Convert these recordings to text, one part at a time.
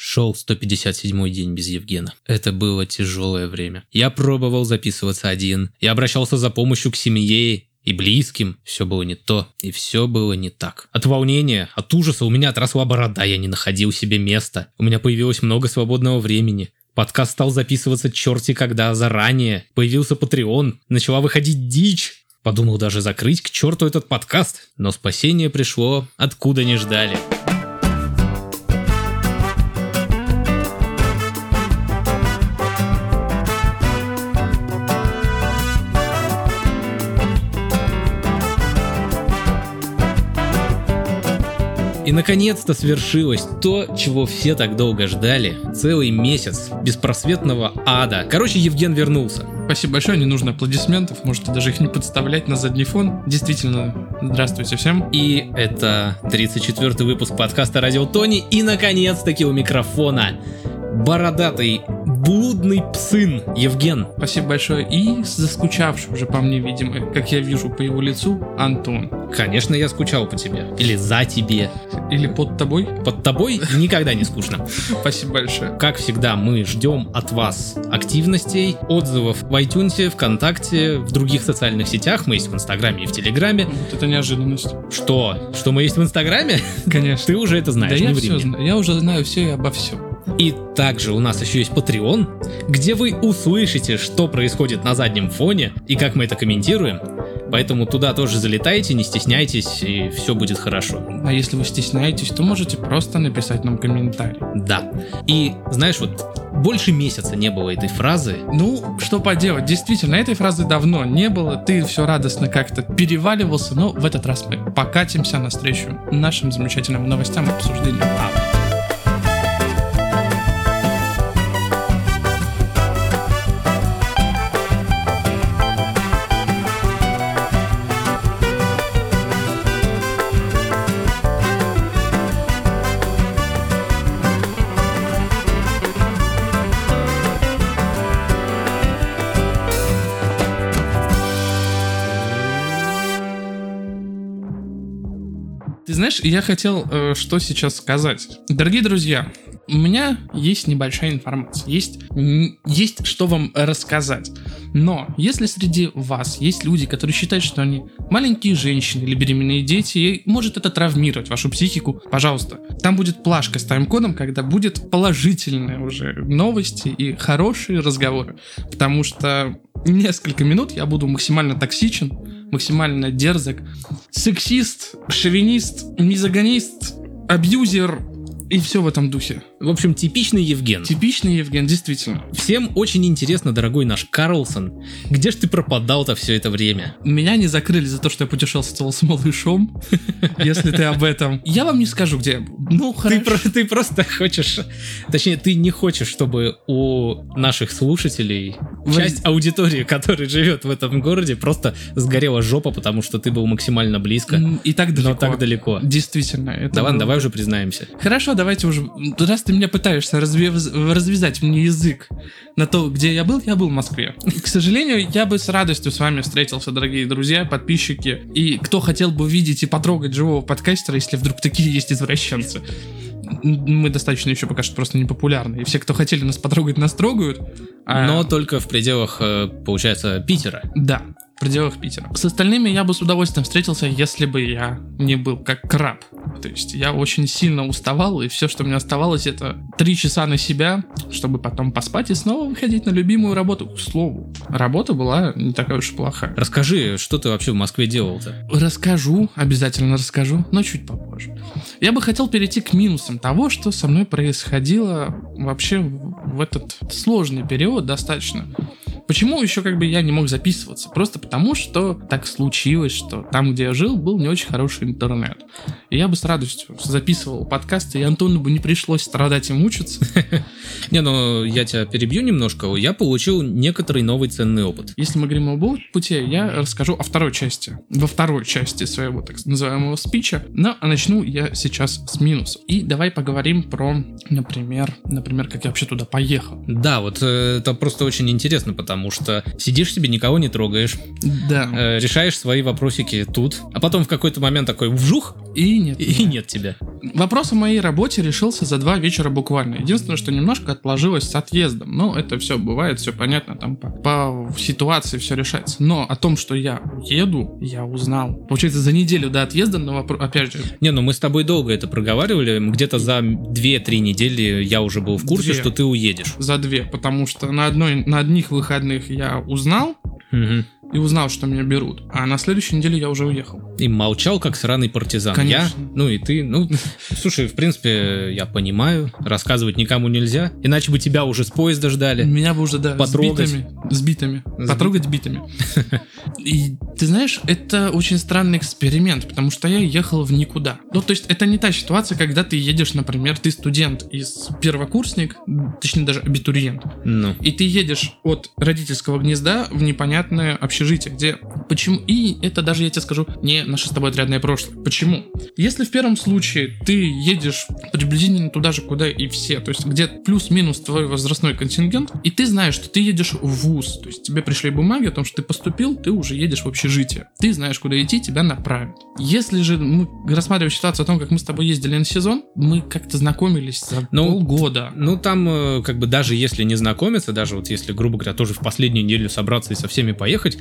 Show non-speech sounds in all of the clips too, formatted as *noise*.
Шел 157-й день без Евгена. Это было тяжелое время. Я пробовал записываться один. Я обращался за помощью к семье и близким. Все было не то, и все было не так. От волнения, от ужаса у меня отросла борода, я не находил себе места. У меня появилось много свободного времени. Подкаст стал записываться черти когда заранее. Появился Patreon, начала выходить дичь. Подумал даже закрыть к черту этот подкаст. Но спасение пришло, откуда не ждали. И наконец-то свершилось то, чего все так долго ждали. Целый месяц беспросветного ада. Короче, Евген вернулся. Спасибо большое, не нужно аплодисментов, можете даже их не подставлять на задний фон. Действительно, здравствуйте всем. И это 34-й выпуск подкаста «Радио Тони». И, наконец-таки, у микрофона бородатый, блудный псын Евген. Спасибо большое и заскучавший уже по мне, видимо, как я вижу по его лицу, Антон. Конечно, я скучал по тебе. Или за тебе. Или под тобой. Под тобой никогда не скучно. Спасибо большое. Как всегда, мы ждем от вас активностей, отзывов в iTunes, ВКонтакте, в других социальных сетях. Мы есть в Инстаграме и в Телеграме. Вот это неожиданность. Что? Что мы есть в Инстаграме? *laughs* Конечно. Ты уже это знаешь, да не я ври все мне. знаю. Я уже знаю все и обо всем. И также у нас еще есть Patreon, где вы услышите, что происходит на заднем фоне и как мы это комментируем. Поэтому туда тоже залетайте, не стесняйтесь, и все будет хорошо. А если вы стесняетесь, то можете просто написать нам комментарий. Да. И знаешь, вот больше месяца не было этой фразы. Ну, что поделать, действительно, этой фразы давно не было, ты все радостно как-то переваливался, но в этот раз мы покатимся навстречу нашим замечательным новостям и обсуждениям. Ты знаешь, я хотел э, что сейчас сказать. Дорогие друзья, у меня есть небольшая информация, есть, м, есть что вам рассказать. Но если среди вас есть люди, которые считают, что они маленькие женщины или беременные дети, и может это травмировать вашу психику, пожалуйста. Там будет плашка с тайм-кодом, когда будет положительные уже новости и хорошие разговоры. Потому что несколько минут я буду максимально токсичен, максимально дерзок, сексист, шовинист, мизогонист, абьюзер и все в этом духе. В общем, типичный Евген. Типичный Евген, действительно. Всем очень интересно, дорогой наш Карлсон, где ж ты пропадал-то все это время? Меня не закрыли за то, что я путешествовал с малышом, *laughs* если ты об этом. Я вам не скажу, где я был. Ну, Ты, хорошо. про- ты просто хочешь, точнее, ты не хочешь, чтобы у наших слушателей Воз- часть аудитории, которая живет в этом городе, просто сгорела жопа, потому что ты был максимально близко, М, И так далеко. но так далеко. Действительно. это Да ладно, было- давай уже признаемся. Хорошо, давайте уже. Раз ты меня пытаешься разве- развязать мне язык на то, где я был, я был в Москве. К сожалению, я бы с радостью с вами встретился, дорогие друзья, подписчики. И кто хотел бы увидеть и потрогать живого подкастера, если вдруг такие есть извращенцы. Мы достаточно еще пока что просто непопулярны. И все, кто хотели нас потрогать, нас трогают. а- Но только в пределах, э, получается, Питера. да, в пределах Питера. С остальными я бы с удовольствием встретился, если бы я не был как краб. То есть я очень сильно уставал, и все, что мне оставалось, это три часа на себя, чтобы потом поспать и снова выходить на любимую работу. К слову, работа была не такая уж и плохая. Расскажи, что ты вообще в Москве делал-то? Расскажу, обязательно расскажу, но чуть попозже. Я бы хотел перейти к минусам того, что со мной происходило вообще в в этот сложный период достаточно. Почему еще как бы я не мог записываться? Просто потому, что так случилось, что там, где я жил, был не очень хороший интернет. И я бы с радостью записывал подкасты, и Антону бы не пришлось страдать и мучиться. Не, ну я тебя перебью немножко. Я получил некоторый новый ценный опыт. Если мы говорим об пути, я расскажу о второй части. Во второй части своего так называемого спича. Но начну я сейчас с минусов. И давай поговорим про, например, например, как я вообще туда поехал. Да, вот э, это просто очень интересно, потому что сидишь себе, никого не трогаешь, Да. Э, решаешь свои вопросики тут, а потом в какой-то момент такой вжух, И нет. И нет тебя. Вопрос о моей работе решился за два вечера буквально. Единственное, что немножко отложилось с отъездом. Ну, это все бывает, все понятно, там по, по ситуации все решается. Но о том, что я уеду, я узнал. Получается, за неделю до отъезда, но вопро- опять же, Не, ну мы с тобой долго это проговаривали. Где-то за 2-3 недели я уже был в курсе, Две. что ты уедешь. за две, потому что на, одной, на одних выходных я узнал Мгм. и узнал, что меня берут, а на следующей неделе я уже уехал. И молчал, как сраный партизан. Я, Конечно. ну и ты. Ну, *laughs* слушай, в принципе, я понимаю. Рассказывать никому нельзя. Иначе бы тебя уже с поезда ждали. Меня бы уже, да, Потрогать. с битами. С битами. С Потрогать битами. И ты знаешь, это очень странный эксперимент, потому что я ехал в никуда. Ну, то есть это не та ситуация, когда ты едешь, например, ты студент из первокурсник, точнее даже абитуриент, Ну. и ты едешь от родительского гнезда в непонятное общежитие, где почему... И это даже, я тебе скажу, не наше с тобой отрядное прошлое. Почему? Если в первом случае ты едешь приблизительно туда же, куда и все, то есть где плюс-минус твой возрастной контингент, и ты знаешь, что ты едешь в ВУЗ, то есть тебе пришли бумаги о том, что ты поступил, ты уже едешь в общежитие. Ты знаешь, куда идти, тебя направят. Если же мы рассматриваем ситуацию о том, как мы с тобой ездили на сезон, мы как-то знакомились за Ну, полгода. Ну, там, э, как бы, даже если не знакомиться, даже вот если, грубо говоря, тоже в последнюю неделю собраться и со всеми поехать,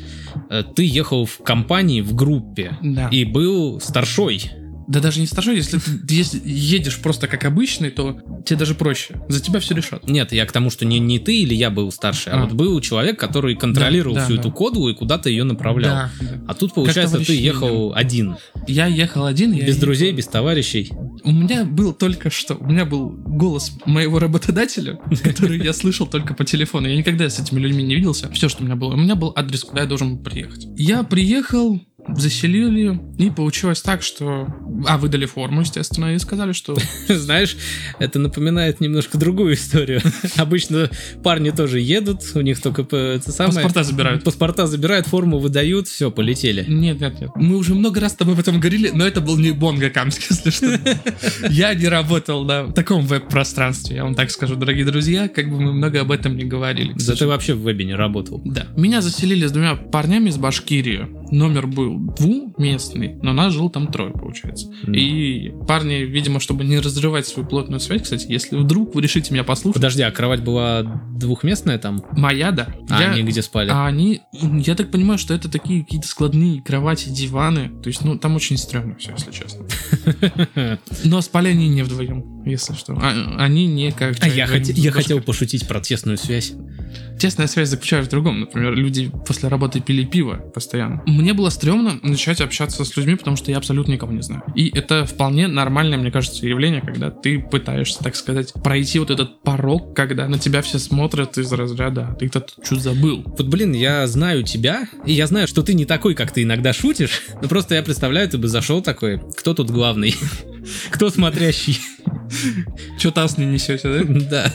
э, ты ехал в компании, в группе, Да. и был старшой. Да даже не старшой, если ты *laughs* если едешь просто как обычный, то тебе даже проще. За тебя все решат. Нет, я к тому, что не, не ты или я был старший, а, А. вот был человек, который контролировал Да, да, всю да. эту коду и куда-то ее направлял. Да, да. А тут, получается, товарищ ты ехал один, Я ехал один. я без ехал- друзей, без товарищей. У меня был только что, у меня был голос моего работодателя, *laughs* который я слышал только по телефону. Я никогда с этими людьми не виделся. Все, что у меня было. У меня был адрес, куда я должен был приехать. Я приехал, заселили, и получилось так, что... А, выдали форму, естественно, и сказали, что... *laughs* Знаешь, это напоминает немножко другую историю. *laughs* Обычно парни тоже едут, у них только э, это самое... Паспорта забирают. Паспорта забирают, форму выдают, все, полетели. Нет, нет, нет. Мы уже много раз с тобой об этом говорили, но это был не Бонго Камск, *laughs* если что. Я не работал на таком веб-пространстве, я вам так скажу, дорогие друзья, как бы мы много об этом не говорили. к Да ты сожалению. вообще в вебе не работал. Да. Меня заселили с двумя парнями из Башкирии. Номер был двуместный, но нас жил там трое, получается. И парни, видимо, чтобы не разрывать свою плотную связь, кстати, если вдруг вы решите меня послушать, Подожди, а кровать была двухместная там? моя, да. А я- они где спали? *laughs* а они, я так понимаю, что это такие какие-то складные кровати, диваны. То есть, ну, там очень стрёмно все, если честно. Но спали они не вдвоем, если что. А- они не как... А я, человек хот- вдвоем. я хотел пошутить про тесную связь. Тесная связь заключается в другом. Например, люди после работы пили пиво постоянно. Мне было стрёмно начать общаться с людьми, потому что я абсолютно никого не знаю. И это вполне нормальное, мне кажется, явление, когда ты пытаешься, так сказать, пройти вот этот порог, когда на тебя все смотрят из разряда. «А Ты кто-то что забыл. Вот, блин, я знаю тебя, и я знаю, что ты не такой, как ты иногда шутишь. Но просто я представляю, ты бы зашел такой, кто тут главный? *laughs* Кто смотрящий? *laughs* Чё таз не несете, да? Да.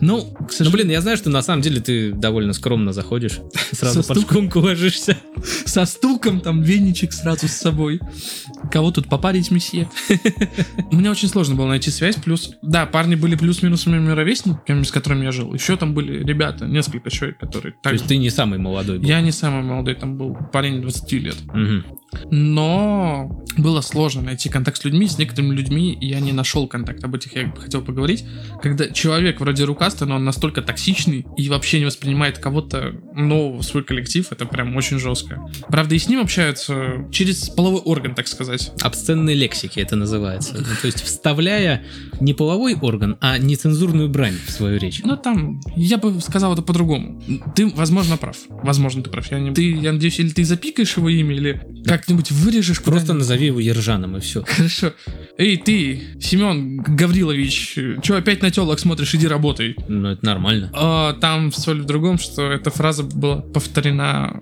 Ну, к Ну, сожалению, блин, я знаю, что на самом деле ты довольно скромно заходишь. *laughs* Сразу Со под стуком. шконку ложишься. со стуком, там веничек сразу с собой. Кого тут попарить, *laughs* месье? Мне очень сложно было найти связь, плюс... Да, парни были плюс-минус моими ровесниками, с которыми я жил. Еще там были ребята, несколько человек, которые... То также- есть ты не самый молодой был. Я не самый молодой, там был парень 20 лет. Мгм. Но было сложно найти контакт с людьми. С некоторыми людьми я не нашел контакт. Об этих я хотел поговорить. Когда человек вроде рукастый, но он настолько токсичный и вообще не воспринимает кого-то нового в свой коллектив, это прям очень жестко. Правда, и с ним общаются через половой орган, так сказать. Обсценной лексики это называется. Ну, то есть вставляя не половой орган, а нецензурную брань в свою речь. Ну, там, я бы сказал это по-другому. Ты, возможно, прав. Возможно, ты прав. Я, не... ты, я надеюсь, или ты запикаешь его имя, или как-нибудь вырежешь Просто куда-нибудь. назови его Ержаном и все. Хорошо. Эй, ты, Семен Гаврилович, чё опять на телок смотришь, иди работай. Ну, это нормально. А, там соль в другом, что эта фраза была повторена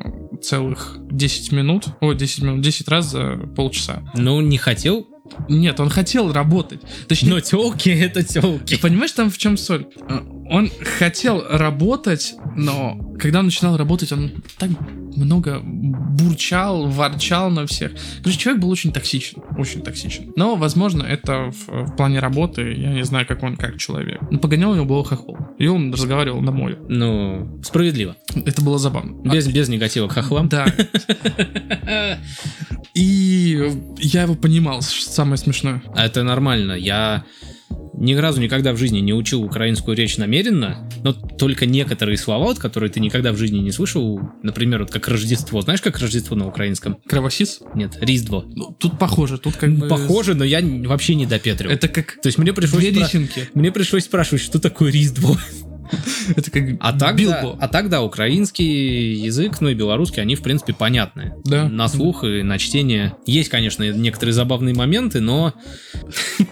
целых 10 минут. О, 10 минут, 10 раз за полчаса. Ну, не хотел, Нет, он хотел работать. Точнее, но телки это ты телки. понимаешь, там в чем соль? А, Он хотел работать, но когда он начинал работать, он так много бурчал, ворчал на всех. Короче, человек был очень токсичен, очень токсичен. Но, возможно, это в, в плане работы, я не знаю, как он как человек. Но погонял у него был хохол, и он разговаривал на море. Ну, справедливо. А Это было забавно. Без, без негатива к хохлам. Да. И я его понимал, что самое смешное. Это нормально. Я ни разу никогда в жизни не учил украинскую речь намеренно, но только некоторые слова, вот, которые ты никогда в жизни не слышал, например, вот как Рождество. Знаешь, как Рождество на украинском? Кровосис? Нет, Риздво. Ну, тут похоже, тут как бы... Похоже, но я н- вообще не допетривал. Это как То есть мне пришлось, две спра- личинки. мне пришлось спрашивать, что такое Риздво. *laughs* Это как А так, да, билбо. а так, да, украинский язык, ну и белорусский, они, в принципе, понятны. Да. На слух и на чтение. Есть, конечно, некоторые забавные моменты, но... *laughs*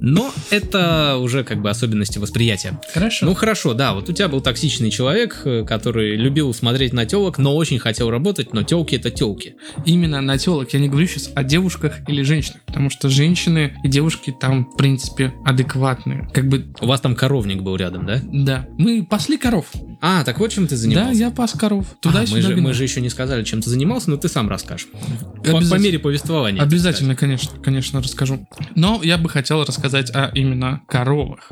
Но это уже как бы особенности восприятия. Хорошо. Ну хорошо, да, вот у тебя был токсичный человек, э, который любил смотреть на телок, но очень хотел работать, но телки это телки. именно на телок. Я не говорю сейчас о девушках или женщинах, потому что женщины и девушки там, в принципе, адекватные. Как бы, У вас там коровник был рядом, да? да. Мы пасли коров. А, так вот чем ты Да, занимался. я пас коров. А, Туда-сюда. мы, же, бегал. мы же еще не сказали, чем ты занимался, но ты сам расскажешь. По, по Обязательно. мере повествования. так Обязательно, конечно, конечно, расскажу. Но я бы хотел рассказать о именно коровах.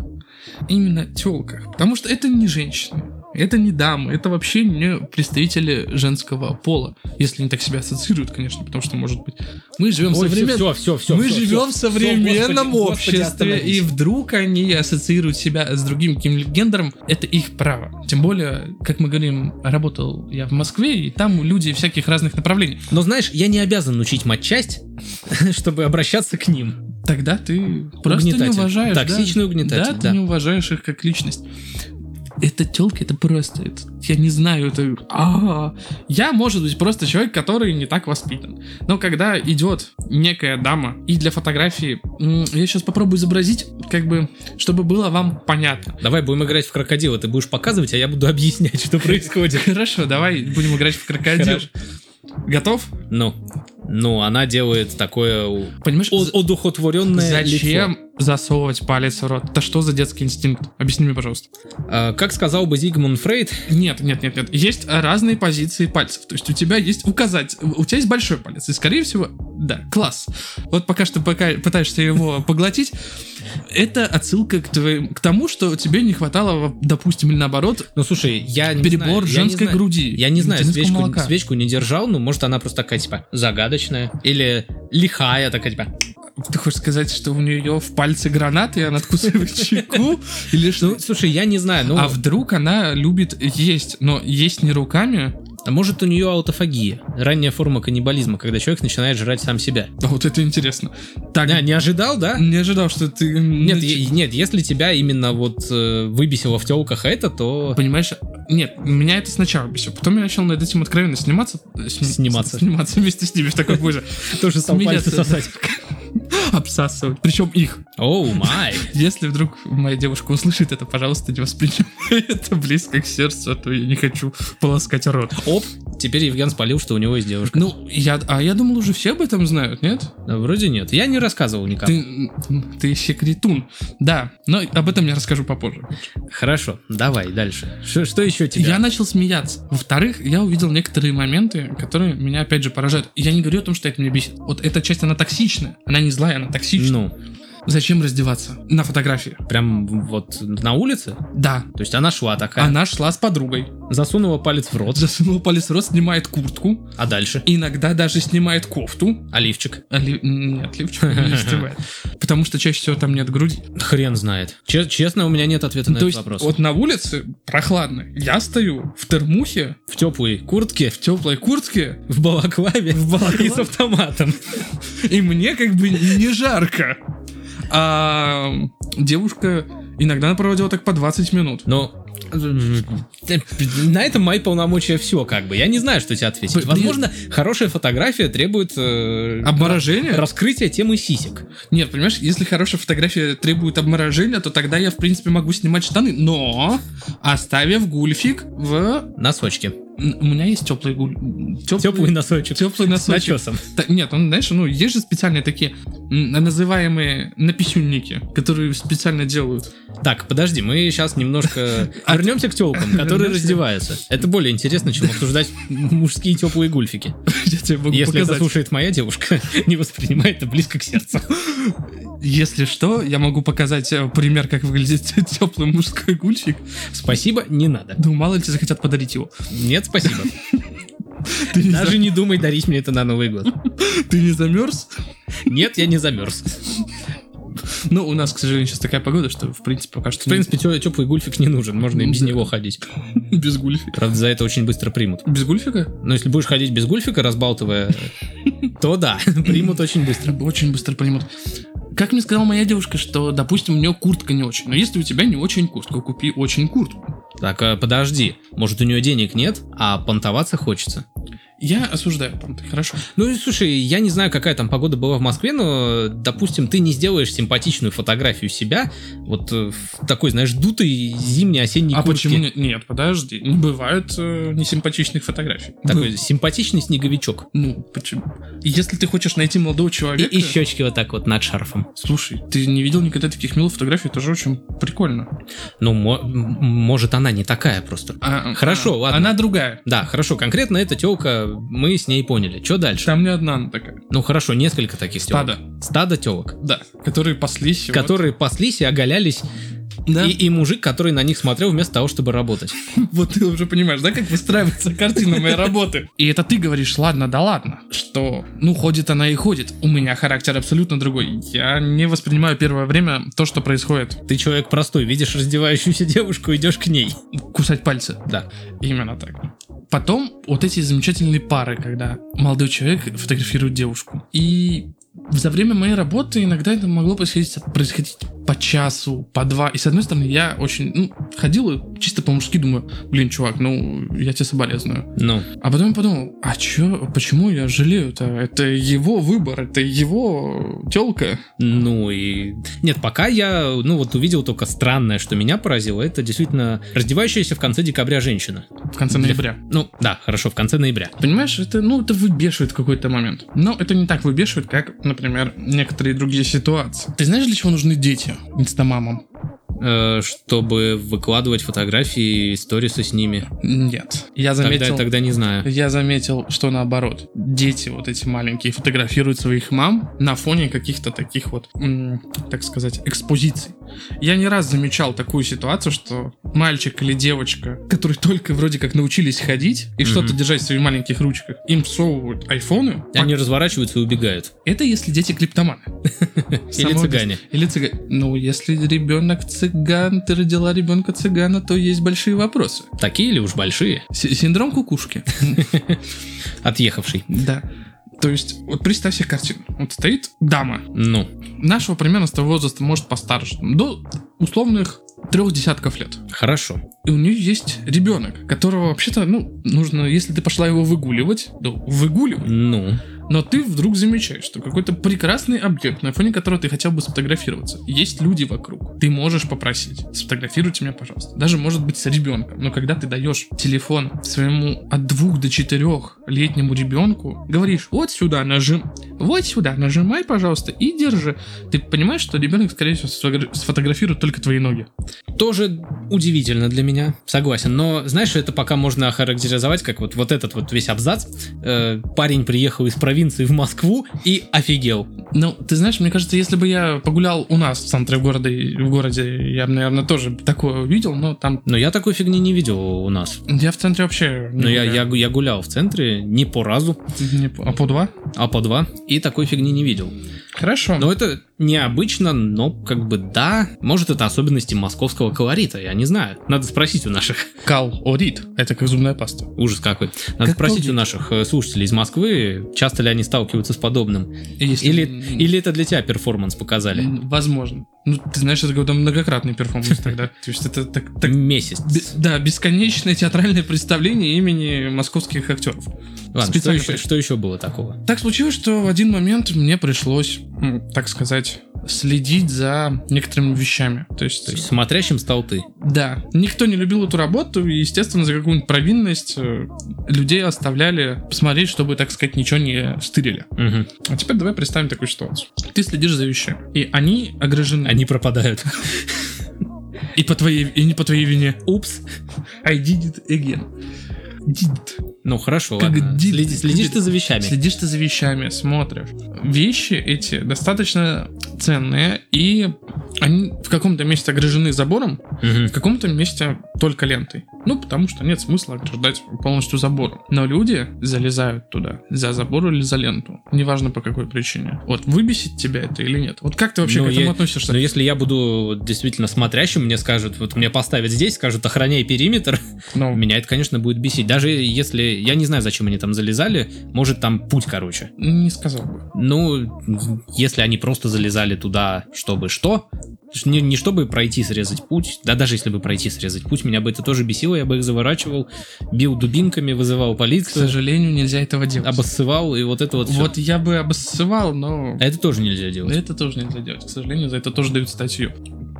Именно телках. Потому что это не женщины. Это не дамы, это вообще не представители женского пола. Если они так себя ассоциируют, конечно, потому что, может быть, мы живем сказать. в Ой, современ- все, все, все. мы живем в современном обществе, и вдруг они ассоциируют себя с другим каким-либо гендером, это их право. Тем более, как мы говорим, работал я в Москве, и там люди всяких разных направлений. Но знаешь, я не обязан учить матчасть, *laughs* чтобы обращаться к ним. Тогда ты просто не Угнетатель. уважаешь. да. Токсичный угнетатель, Да, ты да. не уважаешь их как личность. Это телки, это просто, это- я не знаю, это... а Я, может быть, просто человек, который не так воспитан. Но когда идет некая дама, и для фотографии, м, я сейчас попробую изобразить, как бы, чтобы было вам понятно. *laughs* Давай будем играть в крокодила, ты будешь показывать, а я буду *laughs* объяснять, что происходит. Хорошо, давай будем играть в крокодил. Хорошо. Готов? Ну, ну, она делает такое у- Понимаешь, о- за- одухотворенное зачем лицо. засовывать палец в рот? Это что за детский инстинкт? Объясни мне, пожалуйста. А, как сказал бы Зигмунд Фрейд, Нет, нет, нет, нет. Есть разные позиции пальцев. То есть у тебя есть указать, у тебя есть большой палец, и скорее всего, да, класс. Вот пока что пока пытаешься его *laughs* поглотить, это отсылка к твоим, к тому, что тебе не хватало, допустим, или наоборот, ну слушай, я не знаю, перебор я не женской знаю. груди. Я не знаю, материнского свечку, молока. свечку не держал, но может она просто такая, типа, загадочная. Или лихая такая, типа, Ты хочешь сказать, что у нее в пальце гранат, и она откусывает *laughs* чеку? Или что? Ну, слушай, я не знаю, ну, А вдруг она любит есть, но есть не руками? а может у нее аутофагия, ранняя форма каннибализма, когда человек начинает жрать сам себя. А вот это интересно. Так, Да, не ожидал, да? не ожидал, что ты... Нет, е- нет, если тебя именно вот э, выбесило в телках это, то А Понимаешь? Нет, меня это сначала бесило. Потом я начал над этим откровенно сниматься. э, сни- Сниматься. Сниматься вместе с ними в такой позе. *laughs* тоже стал Меня пальцы это- сосать. Обсасывать. Причем их. *laughs* Оу, май. Если вдруг моя девушка услышит это, пожалуйста, не воспринимай *laughs* это близко к сердцу, а то я не хочу полоскать рот. Оп, теперь Евген спалил, что у него есть девушка. Ну, я, а я думал, уже все об этом знают, нет? Да, Вроде нет, я не рассказывал никому. Ты, ты секретун. Да, но об этом я расскажу попозже. Хорошо, давай дальше. Ш- Что еще тебя? Я начал смеяться. Во-вторых, я увидел некоторые моменты, которые меня опять же поражают. Я не говорю о том, что это меня бесит. Вот эта часть, она токсичная. Она не злая, она токсичная. Ну, Зачем раздеваться? На фотографии. прям вот на улице? Да. То есть она шла такая, Она шла с подругой. засунула палец в рот, Вот засунула палец в рот, снимает куртку. а дальше? Иногда даже снимает кофту. Оливчик. А ли- Нет, *laughs* лифчик не снимает. Потому что чаще всего там нет груди. Хрен знает. Че- честно, у меня нет ответа на То этот есть Ну, вопрос. вот на улице прохладно. Я стою в термухе, В теплой куртке, в теплой куртке, в балаклаве, и с автоматом. и мне как бы не жарко. А девушка иногда она проводила так по 20 минут. Но на этом мои полномочия все, как бы. Я не знаю, что тебе ответить. Блин. А, Возможно, хорошая фотография требует э, Обморожение? раскрытия темы сисек. Нет, понимаешь, если хорошая фотография требует обморожения, то тогда я, в принципе, могу снимать штаны, но оставив гульфик в... Носочки. Н- У меня есть теплый гуль... Теплый носочек. Теплый С носочек. начесом. Та- Нет, он, знаешь, ну, есть же специальные такие м, называемые написюнники, которые специально делают. *laughs* Так, подожди, мы сейчас немножко вернемся к *laughs* телкам, которые А Вернёмся. раздеваются. Это более интересно, чем обсуждать мужские теплые гульфики. Я тебе могу Если это показать. слушает моя девушка, *laughs* не воспринимает это близко к сердцу. Если что, я могу показать э, пример, как выглядит *laughs* теплый мужской гульфик. Спасибо, не надо. Ну, мало ли тебе захотят подарить его. Нет, спасибо. Ты *laughs* не, Даже не думай дарить мне это на Новый год. за- ты не замерз? Нет, я не замерз. Ну, у нас, к сожалению, сейчас такая погода, что, в принципе, пока что... В принципе, теплый гульфик не нужен, можно и без Да. него ходить. *laughs* без гульфика. Правда, за это очень быстро примут. Без гульфика? Но если будешь ходить без гульфика, разбалтывая, то да, *laughs* примут очень быстро. Очень быстро поймут. Как мне сказала моя девушка, что, допустим, у нее куртка не очень. Но если у тебя не очень куртка, купи очень куртку. Так, э, подожди, может у нее денег нет, а понтоваться хочется? Я осуждаю, там, ты хорошо. Ну, и слушай, я не знаю, какая там погода была в Москве, но, допустим, ты не сделаешь симпатичную фотографию себя вот э, в такой, знаешь, дутой зимней-осенней а куртке. почему не- нет? Подожди, не бывает э, несимпатичных фотографий. Такой Б- симпатичный снеговичок. Ну, почему? Если ты хочешь найти молодого И, человека... и щечки вот так вот над шарфом. Слушай, ты не видел никогда таких милых фотографий, это же очень прикольно. Ну, мо- м- может, она не такая просто. А, Хорошо, а, ладно. Она другая. Да, хорошо, конкретно эта телка, мы с ней поняли. Что дальше? Там не одна она такая. Ну хорошо, несколько таких Стадо. телок. Стадо телок. Да. Которые паслись. вот. Которые паслись и оголялись, Да. и, и мужик, который на них смотрел вместо того, чтобы работать. *laughs* Вот ты уже понимаешь, да, как выстраивается *laughs* картина моей работы. И это ты говоришь, ладно, да ладно, что, ну, ходит она и ходит. У меня характер абсолютно другой. Я не воспринимаю первое время то, что происходит. Ты человек простой, видишь раздевающуюся *laughs* девушку, идешь к ней. Кусать пальцы. Да. Именно так. Потом вот эти замечательные пары, когда молодой человек фотографирует девушку. И за время моей работы иногда это могло происходить, происходить по часу, по два. И с одной стороны, я очень ну, ходил и чисто по-мужски думаю, блин, чувак, ну, я тебе соболезную. Ну, А потом я подумал, а чё, почему я жалею-то? Это его выбор, это его телка. ну и... Нет, пока я, ну вот увидел только странное, что меня поразило, это действительно раздевающаяся в конце декабря женщина. В конце Для- ноября. Ну, да, хорошо, в конце ноября. Понимаешь, это, ну, это выбешивает в какой-то момент. Но это не так выбешивает, как, например, некоторые другие ситуации. Ты знаешь, для чего нужны дети инстамамам? Э, чтобы выкладывать фотографии, сторисы с ними. Нет. Я Тогда, заметил... Э, тогда не знаю. Я заметил, что наоборот, дети вот эти маленькие фотографируют своих мам на фоне каких-то таких вот, м, так сказать, экспозиций. Я не раз замечал такую ситуацию, что мальчик или девочка, которые *laughs* только вроде как научились ходить и Мгм. что-то держать в своих маленьких ручках, им всовывают айфоны. Они разворачиваются и убегают. Это если дети клиптоманы. *laughs* Или Самоубийство. цыгане. Или цыган. Ну, если ребенок цыган, ты родила ребенка цыгана, то есть большие вопросы. Такие или уж большие? С- Синдром *laughs* кукушки. Отъехавший. Да. То есть, вот представь себе картину. Вот стоит дама. Ну, Нашего примерно с того возраста, может, постарше. там, До условных трех десятков лет. хорошо. И у нее есть ребенок, которого вообще-то, ну, нужно, если ты пошла его выгуливать, то выгуливай. Ну, Но ты вдруг замечаешь, что какой-то прекрасный объект, на фоне которого ты хотел бы сфотографироваться. Есть люди вокруг. Ты можешь попросить, сфотографируйте меня, пожалуйста. Даже, может быть, с ребенком. Но когда ты даешь телефон своему от двух до четырех летнему ребенку, говоришь, вот сюда нажим, вот сюда нажимай, пожалуйста, и держи. Ты понимаешь, что ребенок, скорее всего, сфотогра- сфотографирует только твои ноги. тоже удивительно для меня, согласен. Но, знаешь, это пока можно охарактеризовать как вот, вот этот вот весь абзац. Э, парень приехал из провинции в Москву и офигел. Ну, ты знаешь, мне кажется, если бы я погулял у нас в центре города, и- в городе, я бы, наверное, тоже такое увидел, но там... Но я такой фигни не видел у нас. Я в центре вообще... не Но Ну, я, гуляю. я, гу- я гулял в центре не по разу, Не по- а по два? а по два, и такой фигни не видел. Хорошо. Но это необычно, но как бы да. Может, это особенности московского колорита, я не знаю. Надо спросить у наших Калорит. Это как зубная паста. Ужас какой. Надо Как спросить полдень. у наших э, слушателей из Москвы, часто ли они сталкиваются с подобным. Если- Или, М, или это для тебя перформанс показали? м, Возможно. Ну, ты знаешь, это какой-то многократный перформанс *laughs* тогда. То есть это так... так- Месяц. бе- Да, бесконечное театральное представление имени московских актеров. Ладно, что специально еще, при- что еще было такого? Так случилось, что в один момент мне пришлось, м, так сказать, следить за некоторыми вещами. То есть, То есть смотрящим стал ты. да, никто не любил эту работу, и, естественно, за какую-нибудь провинность э, людей оставляли посмотреть, чтобы, так сказать, ничего не стырили. Мгм. А теперь давай представим такую ситуацию. Ты следишь за вещами, и они огражены. Они пропадают. *laughs* И, по твоей, и не по твоей вине. Упс. I did it again. Did it. Ну хорошо, Как ладно. дид- Следи- Следишь ты за вещами. Следишь ты за вещами, смотришь. Вещи эти достаточно ценные, и они в каком-то месте огражены забором, Мгм. в каком-то месте только лентой. Ну, потому что нет смысла ограждать полностью забором. Но люди залезают туда за забор или за ленту. Неважно по какой причине. Вот выбесит тебя это или нет. Вот как ты вообще Ну, к этому я- относишься? Но если я буду действительно смотрящим, мне скажут, вот мне поставят здесь, скажут, охраняй периметр, *laughs* Ну, меня это, конечно, будет бесить. Даже если, я не знаю, зачем они там залезали, может там путь короче. не сказал бы. Ну, если они просто залезали туда, чтобы что, Ш- не, не чтобы пройти срезать путь, да даже если бы пройти срезать путь, меня бы это тоже бесило, я бы их заворачивал, бил дубинками, вызывал К полицию, сожалению, нельзя этого делать. обоссывал, и вот это вот, всё. Вот я бы обоссывал, но... А Это тоже нельзя делать. Это тоже нельзя делать, к сожалению, за это тоже дают статью.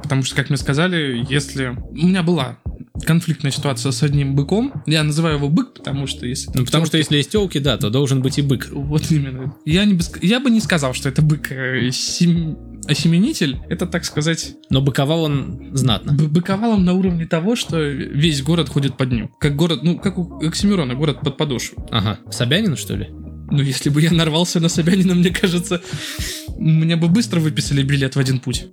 Потому что, как мне сказали, если... У меня была конфликтная ситуация с одним быком. Я называю его бык, потому что если... Ну, потому что если есть телки, да, то должен быть и бык. Вот именно. Я, не бы, ск- я бы не сказал, что это бык э, сем- осеменитель. Это, так сказать, Но быковал он знатно. б- быковал он на уровне того, что весь город ходит под ним. Как город, ну, как у Оксимирона, город под подошву. Ага. Собянин, что ли? *laughs* Ну, если бы я нарвался на Собянина, мне кажется, мне бы быстро выписали билет в один путь.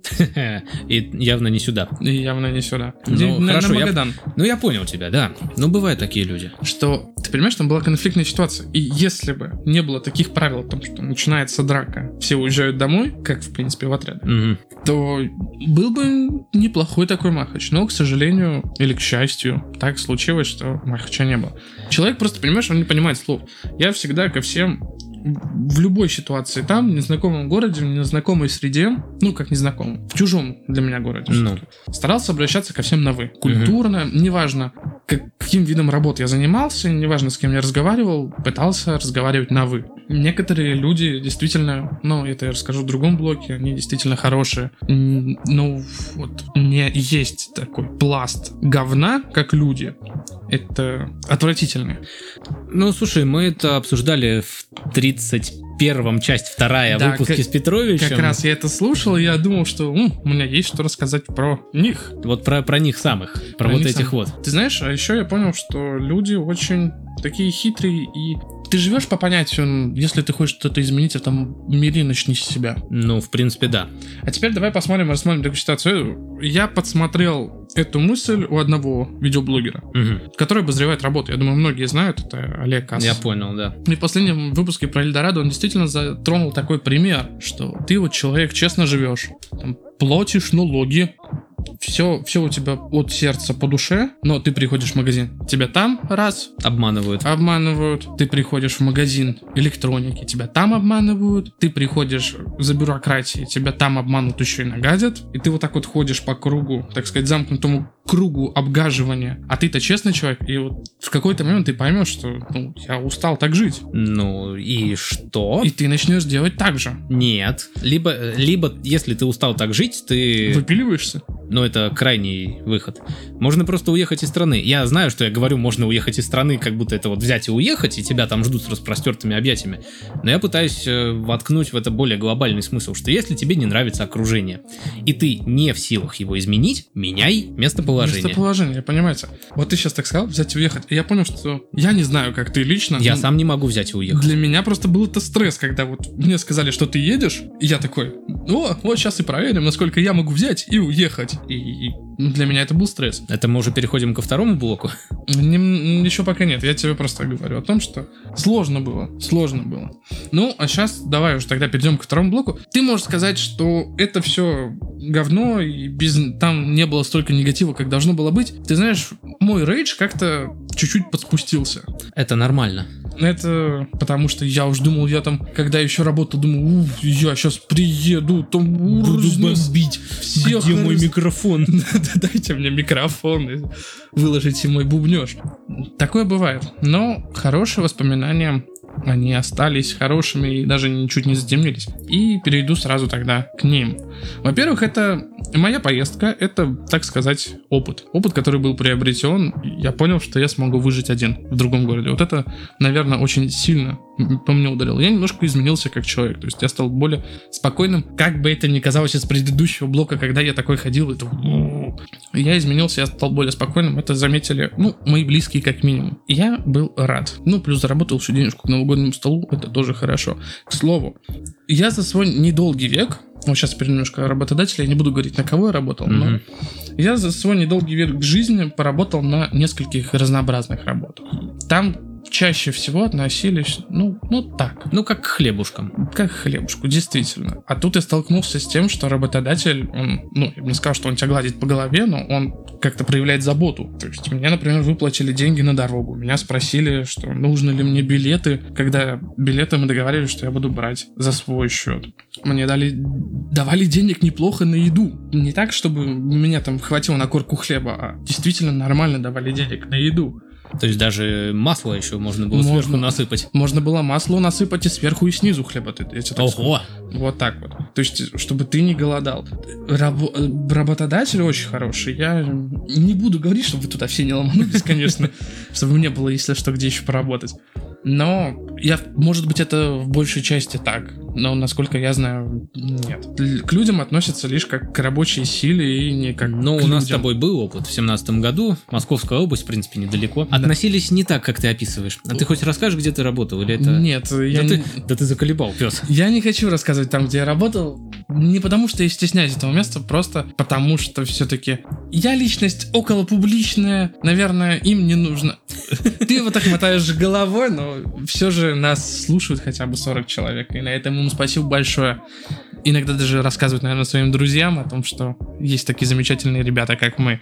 И явно не сюда. И явно не сюда. Ну, Где- на- на хорошо, я- Магадан. Ну, я понял тебя, да. Ну, бывают такие люди. что ты понимаешь, там была конфликтная ситуация. И если бы не было таких правил, там, что начинается драка, все уезжают домой, как в принципе в отряде, Мгм. то был бы неплохой такой махач. Но, к сожалению, или к счастью, так случилось, что махача не было. Человек просто, понимаешь, он не понимает слов. Я всегда ко всем в любой ситуации там, в незнакомом городе, в незнакомой среде, ну, как незнакомом, в чужом для меня городе, Ну, старался обращаться ко всем на «вы». Культурно, неважно, как- каким видом работ я занимался, неважно, с кем я разговаривал, пытался разговаривать на «вы». Некоторые люди действительно, ну, это я расскажу в другом блоке, они действительно хорошие. М, Ну, вот, не есть такой пласт говна, как люди. Это отвратительно. ну, слушай, мы это обсуждали в 31-м, часть вторая Да, выпуске как- с Петровичем. Как раз я это слушал, и я думал, что «М, у меня есть что рассказать про них. Вот про, про них самых, про, Про вот них этих самых. вот. Ты знаешь, а еще я понял, что люди очень такие хитрые и ты живешь по понятию, м, если ты хочешь что-то изменить в этом мире, начни с себя. Ну, в принципе, да. А теперь давай посмотрим, рассмотрим такую ситуацию. Я подсмотрел эту мысль у одного видеоблогера, Мгм. который обозревает работу. Я думаю, многие знают, это Олег Касс. Я понял, да. И в последнем выпуске про Эльдорадо он действительно затронул такой пример, что ты вот человек честно живешь, там, платишь налоги, все, все у тебя от сердца по душе, но ты приходишь в магазин, тебя там раз Обманывают. А обманывают, ты приходишь в магазин электроники, тебя там обманывают, ты приходишь за бюрократией, тебя там обманут еще и нагадят, и ты вот так вот ходишь по кругу, так сказать, замкнутому кругу обгаживания, а ты-то честный человек, и вот в какой-то момент ты поймешь, что ну, я устал так жить. Ну, и что? И ты начнешь делать так же. Нет. Либо, либо, если ты устал так жить, ты... Выпиливаешься. Но Ну, это крайний выход. Можно просто уехать из страны. Я знаю, что я говорю, можно уехать из страны, как будто это вот взять и уехать, и тебя там ждут с распростертыми объятиями. Но я пытаюсь э, воткнуть в это более глобальный смысл, что если тебе не нравится окружение, и ты не в силах его изменить, меняй местоположение. Местоположение, понимаете. Вот ты сейчас так сказал, взять и уехать. И я понял, что я не знаю, как ты лично. Я но сам не могу взять и уехать. Для меня просто был это стресс, когда вот мне сказали, что ты едешь, и я такой, о, вот сейчас и проверим, насколько я могу взять и уехать. И, и для меня это был стресс. Это мы уже переходим ко второму блоку. *laughs* Нем- еще пока нет, я тебе просто говорю о том, что сложно было, сложно было. Ну, а сейчас давай уже тогда перейдем к второму блоку. Ты можешь сказать, что это все говно, и без, там не было столько негатива, как должно было быть. Ты знаешь, мой рейдж как-то чуть-чуть подспустился. Это нормально. Ну, Это потому что я уж думал, я там, когда еще работал, думал, уф, я сейчас приеду, там разнесу бомбить. всех Где мой раз- микрофон? *laughs* Да Дайте мне микрофон и выложите мой бубнеж. Такое бывает. Но хорошие воспоминания, они остались хорошими и даже ничуть не затемнились. И перейду сразу тогда к ним. Во-первых, это моя поездка, это, так сказать, опыт. Опыт, который был приобретен, я понял, что я смогу выжить один в другом городе. Вот это, наверное, очень сильно м, по мне ударило. Я немножко изменился как человек, то есть я стал более спокойным, как бы это ни казалось из предыдущего блока, когда я такой ходил, это... я изменился, я стал более спокойным, это заметили, ну, мои близкие как минимум. И я был рад. Ну, плюс заработал всю денежку к новогоднему столу, это тоже хорошо. К слову, я за свой недолгий век, вот сейчас теперь немножко о работодателе, я не буду говорить, на кого я работал, но Мгм. Я за свой недолгий век жизни поработал на нескольких разнообразных работах. Там чаще всего относились, ну, ну так, Ну, как к хлебушкам. как к хлебушку, действительно. А тут я столкнулся с тем, что работодатель, он, ну, я бы не сказал, что он тебя гладит по голове, но он как-то проявляет заботу. То есть мне, например, выплатили деньги на дорогу. Меня спросили, что нужны ли мне билеты, когда билеты мы договаривались, что я буду брать за свой счет. Мне дали, давали денег неплохо на еду. Не так, чтобы меня там хватило на корку хлеба, а действительно нормально давали денег на еду. То есть даже масло еще можно было Можно. сверху насыпать. Можно было масло насыпать и сверху, и снизу хлеба. Ты- Я тебе так скажу. Ого! Вот так вот. То есть, чтобы ты не голодал. Рабо- э, работодатель очень хороший. Я не буду говорить, чтобы вы туда все не ломанулись, *laughs* конечно. Чтобы мне было, если что, где еще поработать. Но я, может быть, это в большей части так. Но, насколько я знаю, нет. Л- К людям относятся лишь как к рабочей силе и не как Ну, к у нас с людям. тобой был опыт в семнадцатом году. Московская область, в принципе, недалеко. Относились не так, как ты описываешь. А ты хоть расскажешь, где ты работал? Или это... Нет, Да, я не... ты, да ты заколебал, пес. Я не хочу рассказывать там, где я работал. Не потому, что я стесняюсь этого места, просто потому, что все-таки я личность около публичная. Наверное, им не нужно. *laughs* Ты вот так мотаешь головой, но все же нас слушают хотя бы 40 человек. И на этом им спасибо большое. Иногда даже рассказывают, наверное, своим друзьям о том, что есть такие замечательные ребята, как мы.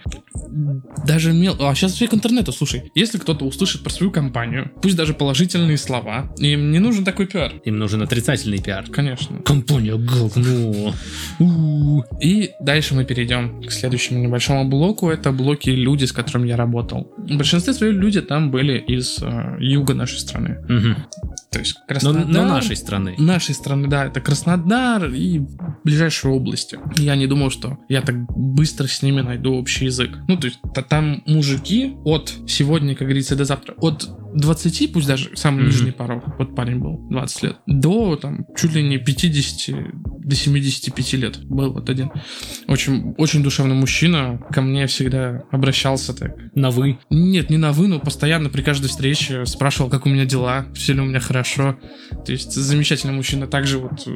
Даже мел... А сейчас век интернета, слушай. Если кто-то услышит про свою компанию, пусть даже положительные слова, им не нужен такой пиар. Им нужен отрицательный пиар. Конечно. Компания говно. У. И дальше мы перейдем к следующему небольшому блоку. Это блоки люди, с которыми я работал. В большинстве своем люди там были из э, юга нашей страны. Мгм. То есть Но, Краснодар. но нашей страны. Нашей страны, да, это Краснодар и ближайшие области. Я не думал, что я так быстро с ними найду общий язык. Ну, то есть та- там мужики от сегодня, как говорится, до завтра, от 20, пусть даже самый Мгм. нижний порог, вот парень был, 20 лет, до там чуть ли не 50, до 75 лет был вот один. Очень, очень душевный мужчина, ко мне всегда обращался так На вы. нет, не на вы, но постоянно при каждой встрече спрашивал, как у меня дела, все ли у меня хорошо. То есть замечательный мужчина. Также вот э,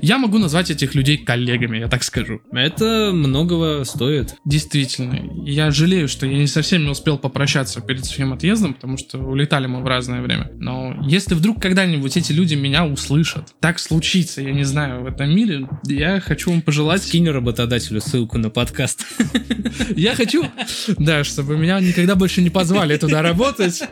я могу назвать этих людей коллегами, я так скажу. Это многого стоит. Действительно, я жалею, что я не совсем не успел попрощаться перед своим отъездом, потому что улетали мы в разное время. Но если вдруг когда-нибудь эти люди меня услышат, так случится, я не знаю, в этом мире, я хочу вам пожелать Скинь А работодателю ссылку на подкаст. Я хочу, да, чтобы меня никогда больше не позвали туда работать.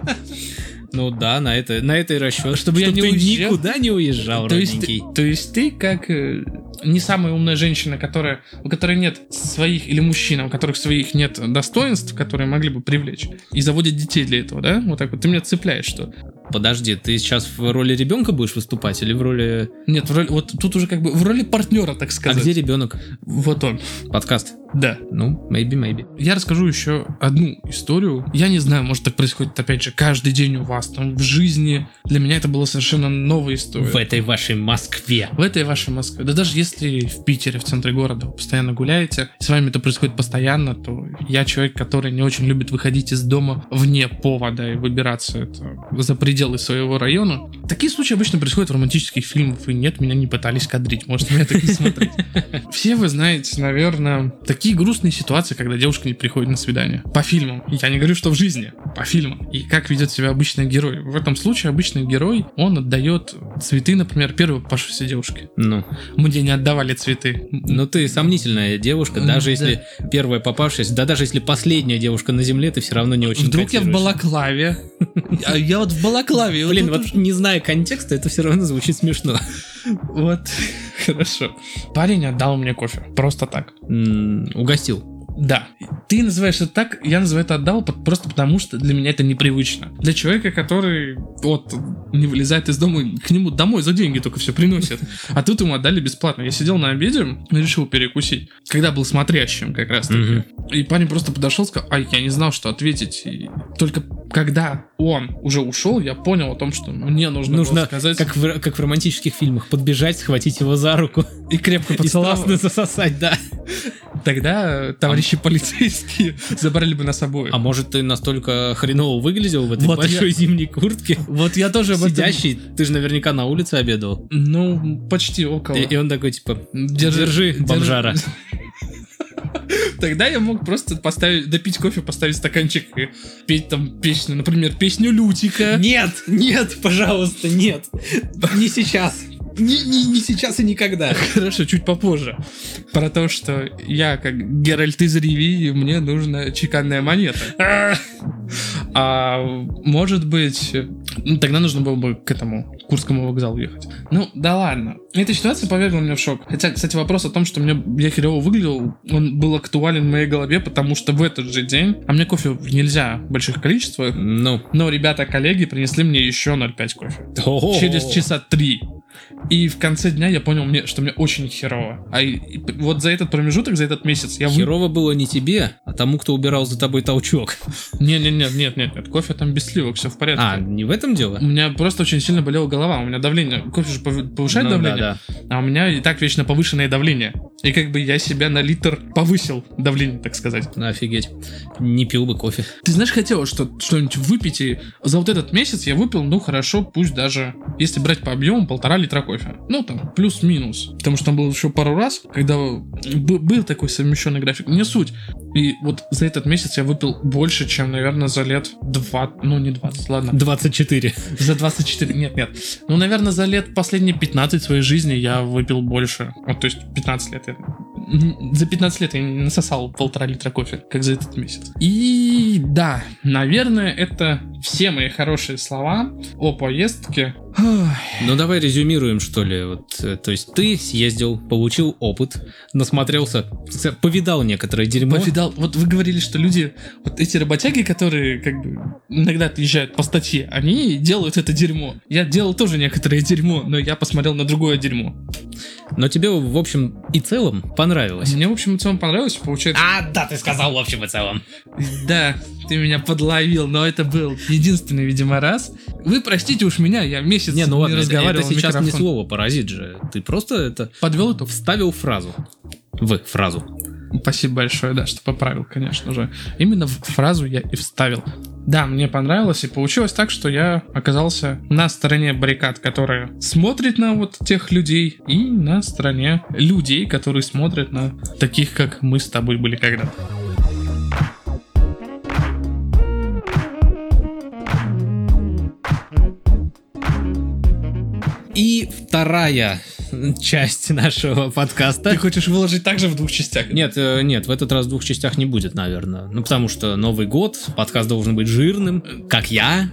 Ну да, на это, на это и расчет. А Чтобы, я не ты уезжал. никуда не уезжал, То есть, родненький. ты, то есть ты как э, не самая умная женщина, которая, у которой нет своих, или мужчина, у которых своих нет достоинств, которые могли бы привлечь, и заводит детей для этого, да? Вот так вот. Ты меня цепляешь, что... Подожди, ты сейчас в роли ребенка будешь выступать или в роли... Нет, в роли, вот тут уже как бы в роли партнера, так А сказать. где ребенок? Вот он. Подкаст. Да. Ну, maybe, maybe. Я расскажу еще одну историю. Я не знаю, может так происходит, опять же, каждый день у вас там в жизни. Для меня это была совершенно новая история. В этой вашей Москве. в этой вашей Москве, да даже если в Питере, в центре города вы постоянно гуляете, и с вами это происходит постоянно, то я человек, который не очень любит выходить из дома вне повода и выбираться это, за пределы своего района. Такие случаи обычно происходят в романтических фильмах, и нет, меня не пытались кадрить, может, на это не смотреть. Все вы знаете, наверное, такие грустные ситуации, когда девушка не приходит на свидание. По фильмам. Я не говорю, что в жизни. По фильмам. И как ведет себя обычный герой. В этом случае обычный герой, он отдает цветы, например, первой попавшейся девушке. Ну, Мне не отдавали цветы. ну ты сомнительная девушка, М, даже да. если первая попавшаяся, да даже если последняя девушка на земле, ты все равно не очень Вдруг я в котируешься. балаклаве. А Я вот в балаклаве. вот Блин, тут вот уж- не зная контекста, это все равно звучит смешно. Вот. *laughs* Хорошо. Парень отдал мне кофе. Просто так. М, Угостил. Да. Ты называешь это так, я называю это отдал по- просто потому, что для меня это непривычно. Для человека, который вот не вылезает из дома, к нему домой за деньги только все *laughs* приносят. А тут ему отдали бесплатно. Я сидел на обеде, решил перекусить. Когда был смотрящим как раз таки. Мгм. И парень просто подошел, сказал, ай, я не знал, что ответить. И только когда он уже ушел, я понял о том, что ну, мне нужно, было Нужно, сказать как в, р- как в романтических фильмах, подбежать, схватить его за руку и крепко и страстно *laughs* поцеловать. засосать, да. Тогда э, товарищи полицейские *laughs* забрали бы нас обоих. А может, ты настолько хреново выглядел в этой Вот большой я- зимней куртке? Вот я тоже об этом Сидящий, ты же наверняка на улице обедал. Ну, почти около. И, и он такой, типа, Держи, держи, бомжара. *laughs* Тогда я мог просто поставить, допить кофе, поставить стаканчик и петь там песню, например, песню Лютика. Нет, нет, пожалуйста, нет. Не сейчас. Не, не, не сейчас и никогда. Хорошо, чуть попозже. Про то, что я как Геральт из Ривии, мне нужна чеканная монета. А, А может быть, ну, тогда нужно было бы к этому Курскому вокзалу ехать. Ну, да ладно. Эта ситуация повергла меня в шок. Хотя, кстати, вопрос о том, что мне я херово выглядел, он был актуален в моей голове, потому что в этот же день, а мне кофе нельзя в больших количествах, Ну. но ребята, коллеги принесли мне еще 0,5 кофе через часа три. И в конце дня я понял, мне, что мне очень херово. А и- и п- вот за этот промежуток, за этот месяц я... Вы... Херово было не тебе, а тому, кто убирал за тобой толчок. Не, не, нет, нет, нет, нет, кофе там без сливок, все в порядке. А, не в этом дело? У меня просто очень сильно болела голова, у меня давление, кофе же пов- повышает Ну да, давление, да. а у меня и так вечно повышенное давление. И как бы я себя на литр повысил давление, так сказать. Ну, Офигеть. Не пил бы кофе. Ты знаешь, хотела что, что-нибудь выпить, и за вот этот месяц я выпил, ну хорошо, пусть даже, если брать по объему, полтора литра кофе. Ну там, плюс-минус. Потому что там был еще пару раз, когда б- был такой совмещенный график. Не суть. И вот за этот месяц я выпил больше, чем, наверное, за лет 20, ну не 20, ладно, 24. за 24, нет, нет. Ну, наверное, за лет последние 15 своей жизни я выпил больше. Вот, то есть 15 лет я... н- За 15 лет я не насосал полтора литра кофе, как за этот месяц. И да, наверное, это все мои хорошие слова о поездке. Ах, Ну давай резюмируем, что ли. Вот, э, то есть ты съездил, получил опыт, насмотрелся, с- повидал некоторое дерьмо. Повидал, вот вы говорили, что люди, вот эти работяги, которые как бы иногда отъезжают по статье, они делают это дерьмо. Я делал тоже некоторое дерьмо, но я посмотрел на другое дерьмо. Но тебе, в общем и целом, понравилось. Мне, в общем и целом, понравилось, получается. А, да, ты сказал, в общем и целом. Да, ты меня подловил, но это был единственный, видимо, раз. Вы простите уж меня, я месяц Не, ну ладно, это- разговаривал это в сейчас не микрофон. слово паразит же. Ты просто это Подвел итог. вставил фразу. В фразу. Спасибо большое, да, что поправил, конечно же. Именно в фразу я и вставил. Да, мне понравилось, и получилось так, что я оказался на стороне баррикад, которые смотрят на вот тех людей, и на стороне людей, которые смотрят на таких, как мы с тобой были когда-то. И вторая часть нашего подкаста. Ты хочешь выложить также в двух частях? Нет, э, нет, в этот раз в двух частях не будет, наверное. Ну, потому что Новый год, подкаст должен быть жирным, как я.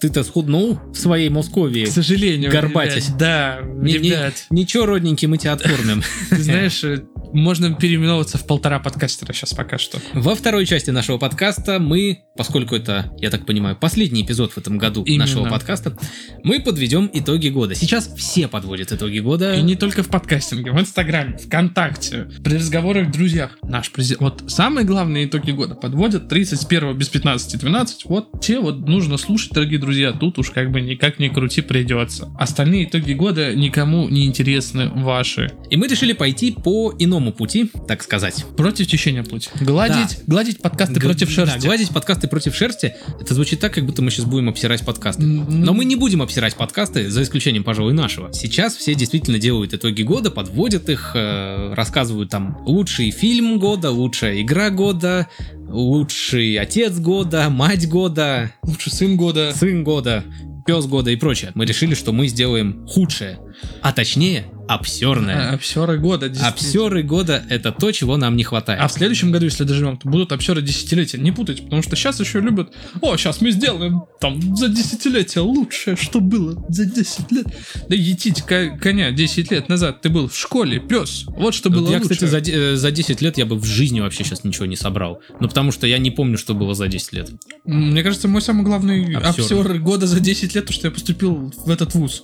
Ты-то схуднул в своей Московии. К сожалению, Горбатясь. ребят, да, Не- не- ребят. Ничего, родненький, мы тебя откормим. Ты знаешь, э, можно переименовываться в полтора подкастера сейчас пока что. Во второй части нашего подкаста мы, поскольку это, я так понимаю, последний эпизод в этом году Именно. нашего подкаста, мы подведем итоги года. Сейчас все подводят итоги года. И не только в подкастинге, в Инстаграме, ВКонтакте, при разговорах в друзьях. Наш президент... Вот самые главные итоги года подводят 31 без 15 12. Вот те вот нужно слушать, дорогие друзья. Тут уж как бы никак не крути придется. Остальные итоги года никому не интересны ваши. И мы решили пойти по иному пути, так сказать. Против течения путь. Гладить, гладить подкасты против Г- да, шерсти. гладить подкасты против шерсти, это звучит так, как будто мы сейчас будем обсирать подкасты. Но мы не будем обсирать подкасты, за исключением, пожалуй, нашего. Сейчас все действительно делают итоги года, подводят их, э, рассказывают там лучший фильм года, лучшая игра года, лучший отец года, мать года, Лучше сын года. сын года, пес года и прочее. Мы решили, что мы сделаем худшее, а точнее А, обсерное. Обсеры года. действительно. Обсеры года это то, чего нам не хватает. А в следующем году, если доживем, то будут обсеры десятилетия. Не путайте, потому что сейчас еще любят... О, сейчас мы сделаем там за десятилетие лучшее, что было за 10 лет. Да етить ко- коня 10 лет назад. Ты был в школе, пес. Вот что Вот было я, лучше. кстати, за, де- э, за 10 лет я бы в жизни вообще сейчас ничего не собрал. Ну, потому что я не помню, что было за 10 лет. М, Мне кажется, мой самый главный Обсер. обсер. года за 10 лет, то, что я поступил в этот вуз.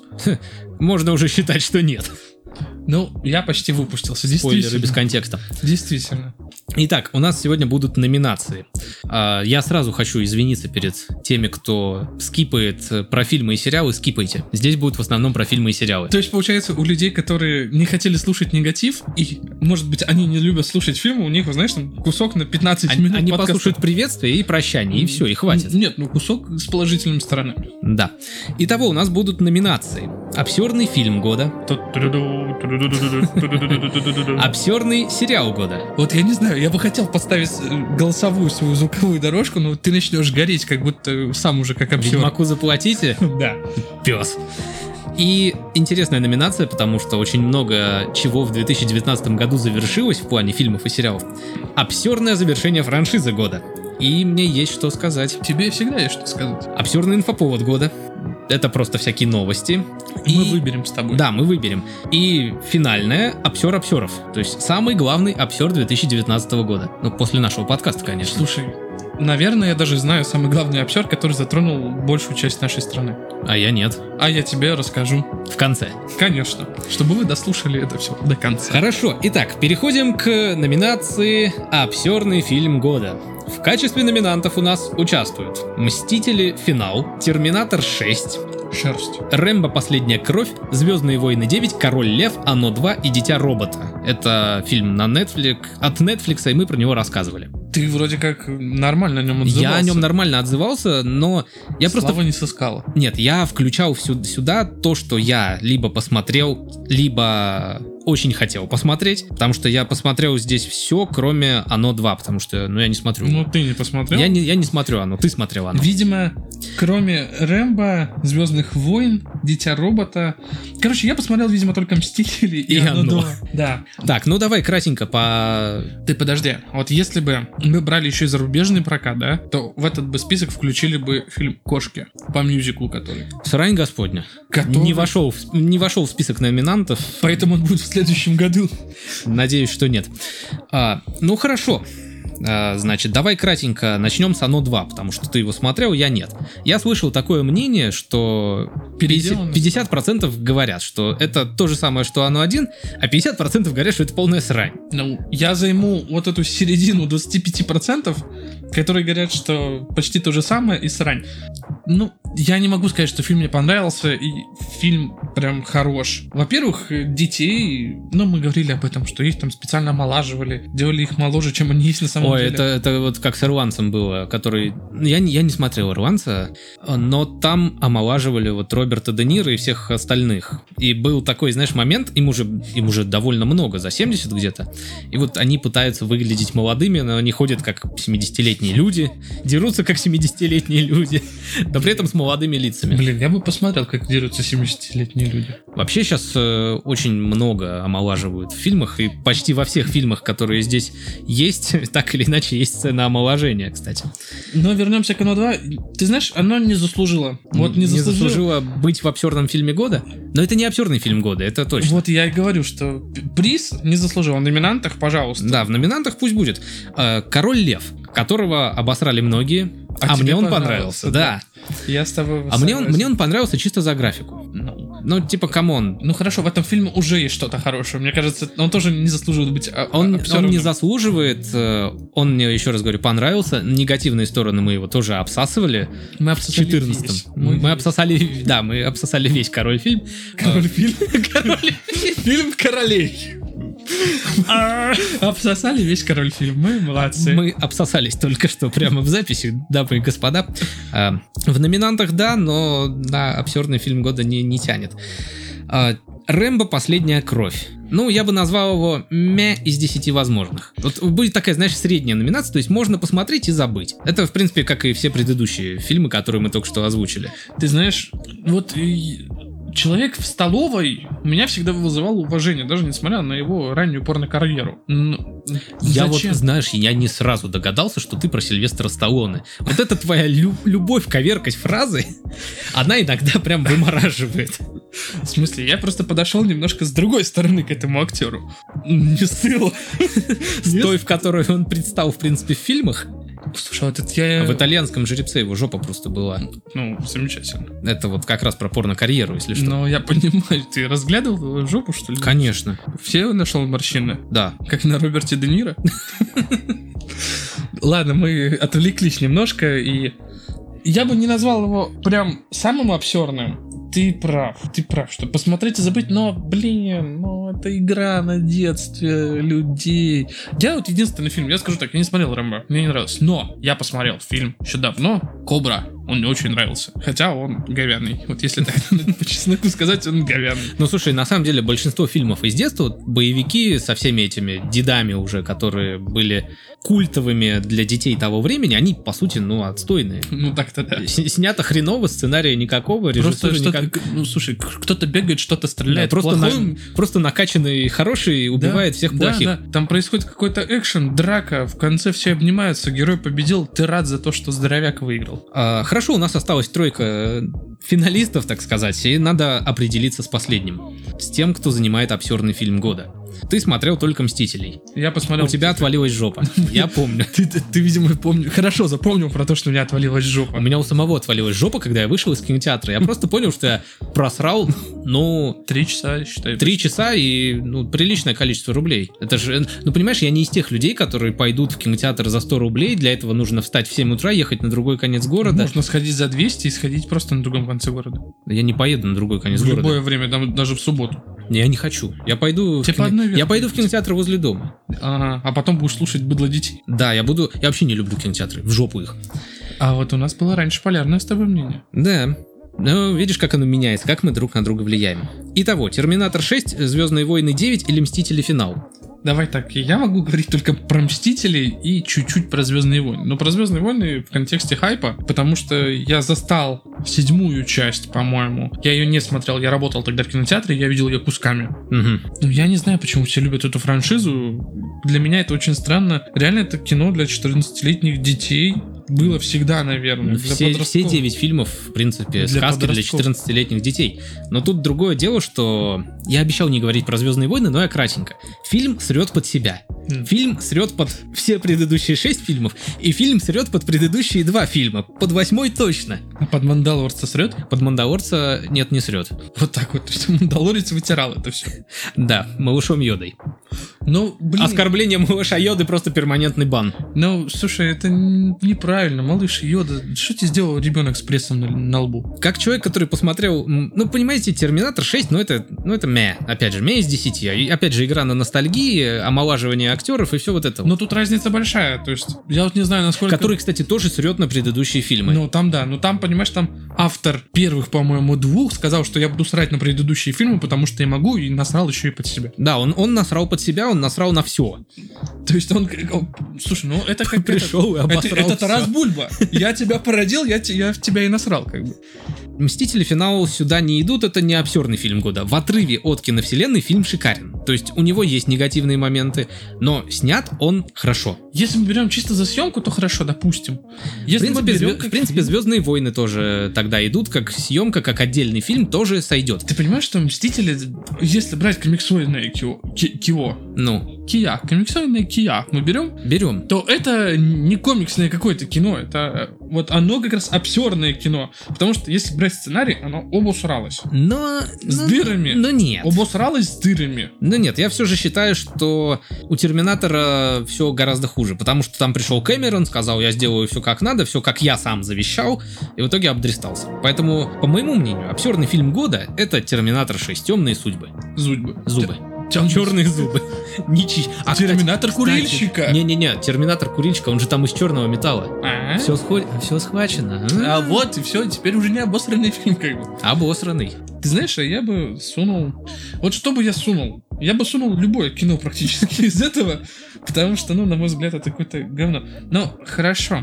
Можно уже считать, что нет. Ну, я почти выпустился. Спойлеры *laughs* Действительно. без контекста. Действительно. Итак, у нас сегодня будут номинации. А, Я сразу хочу извиниться перед теми, кто скипает э, про фильмы и сериалы. Скипайте. Здесь будут в основном про фильмы и сериалы. То есть, получается, у людей, которые не хотели слушать негатив, и, может быть, они не любят слушать фильмы, у них, вот, знаешь, там кусок на 15 Они, минут они подкаста. послушают приветствие и прощание, и все, и хватит. Н- Нет, ну кусок с положительными сторонами. Да. Итого у нас будут номинации. Обсерный фильм года. Обсерный сериал года. Вот я не знаю, я бы хотел поставить э, голосовую свою звуковую дорожку, но ты начнешь гореть, как будто сам уже как обсер. Ведьмаку заплатите. *laughs* Да. Пес. И интересная номинация, потому что очень много чего в 2019 году завершилось в плане фильмов и сериалов. Обсерное завершение франшизы года. И мне есть что сказать. Тебе всегда есть что сказать. Обсерный инфоповод года. Это просто всякие новости. Мы И- выберем с тобой. Да, мы выберем. И финальное обсер обсеров. То есть самый главный обсер 2019 года. Ну, после нашего подкаста, конечно. Слушай, наверное, я даже знаю самый главный обсер, который затронул большую часть нашей страны. А я нет. А я тебе расскажу. В конце. Конечно. Чтобы вы дослушали это все до конца. Хорошо, итак, переходим к номинации «Обсерный фильм года». В качестве номинантов у нас участвуют «Мстители. Финал», «Терминатор 6», Шерсть. «Рэмбо. Последняя кровь», «Звездные войны 9», «Король лев», «Оно 2» и «Дитя робота». Это фильм на Netflix, от Netflix, и мы про него рассказывали. Ты вроде как нормально о нем отзывался. Я о нем нормально отзывался, но я просто Слава не сыскала. Нет, я включал всю- сюда то, что я либо посмотрел, либо очень хотел посмотреть, потому что я посмотрел здесь все, кроме «Оно 2», потому что, ну, я не смотрю. Ну, ты не посмотрел? я, не, я не смотрю «Оно», ты смотрел «Оно». Видимо, кроме Рэмбо, Звездных войн, Дитя робота. Короче, я посмотрел, видимо, только Мстители и, И оно. «Оно». два. Да. Так, ну давай кратенько по... Ты подожди, вот если бы мы брали еще и зарубежный прокат, да, то в этот бы список включили бы фильм «Кошки» по мюзиклу, который. Срань Господня. Который- Не, вошел в, не вошел в список номинантов, Поэтому он будет в следующем году. надеюсь, что нет. А, ну, хорошо. А, Значит, давай кратенько начнем с «Оно 2», потому что ты его смотрел, я нет. Я слышал такое мнение, что 50%, Переделанный. 50% говорят, что это то же самое, что оно один, а 50% говорят, что это полная срань. Ну, я займу вот эту середину 25%, которые говорят, что почти то же самое и срань. Ну, я не могу сказать, что фильм мне понравился, и фильм прям хорош. Во-первых, э, детей, ну, мы говорили об этом, что их там специально омолаживали, делали их моложе, чем они есть на самом Ой, деле. это, это вот как с ирландцем было, который... ну, Я, не- я не смотрел ирландца, но там омолаживали вот Роберта Де Ниро и всех остальных. И был такой, знаешь, момент, им уже, им уже довольно много, за 70 где-то. И вот они пытаются выглядеть молодыми, но они ходят как 70-летние люди, дерутся как 70-летние люди, но при этом с молодыми лицами. Блин, я бы посмотрел, как дерутся 70-летние люди. Вообще сейчас э, очень много омолаживают в фильмах, и почти во всех фильмах, которые здесь есть, *laughs* так или иначе есть сцена омоложения, кстати. Но вернемся к «Оно 2». Ты знаешь, оно не заслужило. Вот не заслужило. заслужила быть в обсерном фильме года. Но это не обсерный фильм года, это точно. Вот я и говорю, что п- приз не заслужил. В номинантах, пожалуйста. Да, в номинантах пусть будет. Э, Король Лев, которого обосрали многие, а, А тебе мне он понравился, понравился, да. Я с тобой А мне он, согласен. мне он понравился чисто за графику. Ну, Ну, типа, камон, ну хорошо, в этом фильме уже есть что-то хорошее. Мне кажется, он тоже не заслуживает быть а- а- он, он обсервным. не заслуживает, э, он мне, еще раз говорю, понравился. Негативные стороны мы его тоже обсасывали Мы в обсосали 14 весь. мы, обсосали, да, мы обсосали весь Король фильм. *laughs* Король фильм. *laughs* Фильм королей. Обсосали весь король фильм. Мы молодцы. Мы обсосались только что прямо в записи, дамы и господа. А, В номинантах да, но на обсерный фильм года не, не тянет. А, Рэмбо «Последняя кровь». Ну, я бы назвал его «мя» из 10 возможных. Вот будет такая, знаешь, средняя номинация, то есть можно посмотреть и забыть. Это, в принципе, как и все предыдущие фильмы, которые мы только что озвучили. Ты знаешь, вот и человек в столовой меня всегда вызывал уважение, даже несмотря на его раннюю порнокарьеру. Ну, Я вот, зачем? знаешь, я не сразу догадался, что ты про Сильвестра Сталлоне. Вот это твоя лю- любовь коверкать фразы, *laughs* она иногда прям вымораживает. В смысле, я просто подошел немножко с другой стороны к этому актеру. *laughs* Не сыло. с той, в которой он предстал, в принципе, в фильмах. Слушай, а вот это я... А в итальянском жеребце его жопа просто была. Ну, замечательно. Это вот как раз про порно-карьеру, если что. Но Ну, я *laughs* понимаю, ты разглядывал его жопу, что ли? Конечно, Все нашел морщины? да. Как на Роберте Де Ниро? Ладно, мы отвлеклись немножко, и я бы не назвал его прям самым обсерным. Ты прав, ты прав, что посмотреть и забыть, но, блин, ну ну, это игра на детстве людей. Я вот единственный фильм, я скажу так, я не смотрел Рэмбо, мне не нравилось. Но я посмотрел фильм еще давно, Кобра. Он мне очень нравился. Хотя он говяный. Вот если так *laughs* надо по чесноку сказать, он говяный. Ну, слушай, на самом деле большинство фильмов из детства, вот, боевики со всеми этими дедами уже, которые были культовыми для детей того времени, они, по сути, ну, отстойные. Ну так-то да. С- Снято хреново, сценария никакого, Просто режиссура что-то, никак- ну слушай, к- кто-то бегает, что-то Да, стреляет. просто, Плохой на- просто накачанный хороший Да, убивает всех да, плохих. да. Там происходит какой-то экшен, драка, в конце все обнимаются, герой победил, ты рад за то, что здоровяк выиграл. А, хорошо, у нас осталась тройка э, финалистов, так сказать, и надо определиться с последним. С тем, кто занимает обсерный фильм года. Ты смотрел только «Мстителей». Я посмотрел... У тебя отвалилась *laughs* жопа. Я помню. Ты, ты- ты, видимо, помнишь. Хорошо запомнил про то, что у меня отвалилась У жопа. меня у самого отвалилась жопа, когда я вышел из кинотеатра. Я просто понял, что я просрал, ну, Три часа, считай. три часа и, ну, приличное количество рублей. Это же, ну, понимаешь, я не из тех людей, которые пойдут в кинотеатр за 100 рублей. Для этого нужно встать в 7 утра, ехать на другой конец города. Можно сходить за 200 и сходить просто на другом конце города. Я не поеду на другой конец в города. любое время, там, даже в субботу. Не, Я не хочу. Я пойду. Тебе в по кино- одной Я ветке пойду в идти. кинотеатр возле дома. Ага. А потом будешь слушать быдло детей. Да, я буду. Я вообще не люблю кинотеатры. В жопу их. А вот у нас было раньше полярное с тобой мнение. Да. Ну, видишь, как оно меняется, как мы друг на друга влияем. Итого, Терминатор 6, Звездные войны 9 или Мстители финал. Давай так, я могу говорить только про Мстителей и чуть-чуть про Звездные войны. Но про Звездные войны в контексте хайпа, потому что я застал седьмую часть, по-моему. Я ее не смотрел, я работал тогда в кинотеатре, я видел ее кусками. Мгм. Ну, я не знаю, почему все любят эту франшизу. Для меня это очень странно. Реально, это кино для 14-летних детей. Было всегда, наверное. Ну, для Все, все подростков. 9 фильмов, в принципе, Для сказки для подростков. 14-летних детей. Но тут другое дело, что я обещал не говорить про Звездные войны, но я кратенько. Фильм срет под себя. М. Фильм срет под все предыдущие 6 фильмов, и фильм срет под предыдущие 2 фильма. Под восьмой точно. А под Мандалорца срет? Под Мандаорца нет, не срет. Вот так вот. *laughs* То есть Мандалорец вытирал это все. Да, малышом Йодой. Ну, блин. Оскорбление малыша Йоды просто перманентный бан. Ну, слушай, это н- неправильно. Малыш Йода, что тебе сделал ребенок с прессом на, на лбу? Как человек, который посмотрел, м, ну, понимаете, Терминатор 6, ну, это, ну, это мя, опять же, мя из 10. А и Опять же, игра на ностальгии, омолаживание актеров и все вот это. вот. Но Ну, тут разница большая. То есть, я вот не знаю, насколько... который, кстати, тоже срет на предыдущие фильмы. Ну, там да, ну там, понимаешь, там автор первых, по-моему, двух сказал, что я буду срать на предыдущие фильмы, потому что я могу, и насрал еще и под себя. Да, он, он насрал под себя, он насрал на все. То есть он, как- он- слушай, ну это как Пришел и это, обосрал это, это всё. Тарас Бульба. Я тебя породил, я, те- я в тебя и насрал, как бы. Мстители финал сюда не идут, это не обсерный фильм года. В отрыве от киновселенной фильм шикарен. То есть у него есть негативные моменты, но снят он хорошо. Если мы берем чисто за съемку, то хорошо, допустим. Если в мы принципе, берем «Звё- как в принципе, фильм- Звездные войны тоже тогда идут, как съемка, как отдельный фильм тоже сойдет. Ты понимаешь, что Мстители, если брать комиксоидное кио, ки- кио, Ну, кия, комиксоидное кия, мы берем, берем. то это не комиксное какое-то кино, это э, вот оно как раз обсерное кино, потому что если брать сценарий, оно обосралось. Но... С но- дырами. Но нет. Обосралось с дырами. Но нет, я все же считаю, что у Терминатора все гораздо хуже, потому что там пришел Кэмерон, сказал, я сделаю все как надо, все как я сам завещал, и в итоге обдристался. Поэтому, по моему мнению, обсерный фильм года — это Терминатор 6, темные судьбы, Зубы. зубы. Тем- Черные зубы. *laughs* Ничи. А, кстати, Терминатор кстати, курильщика. Не-не-не, терминатор курильщика, он же там из черного металла. А? Все, схвачено. А вот и все, теперь уже не обосранный фильм как бы. Обосранный. Ты знаешь, а я бы сунул... Вот что бы я сунул? Я бы сунул любое кино практически *laughs* из этого, потому что, ну, на мой взгляд, это какое-то говно. Но, хорошо.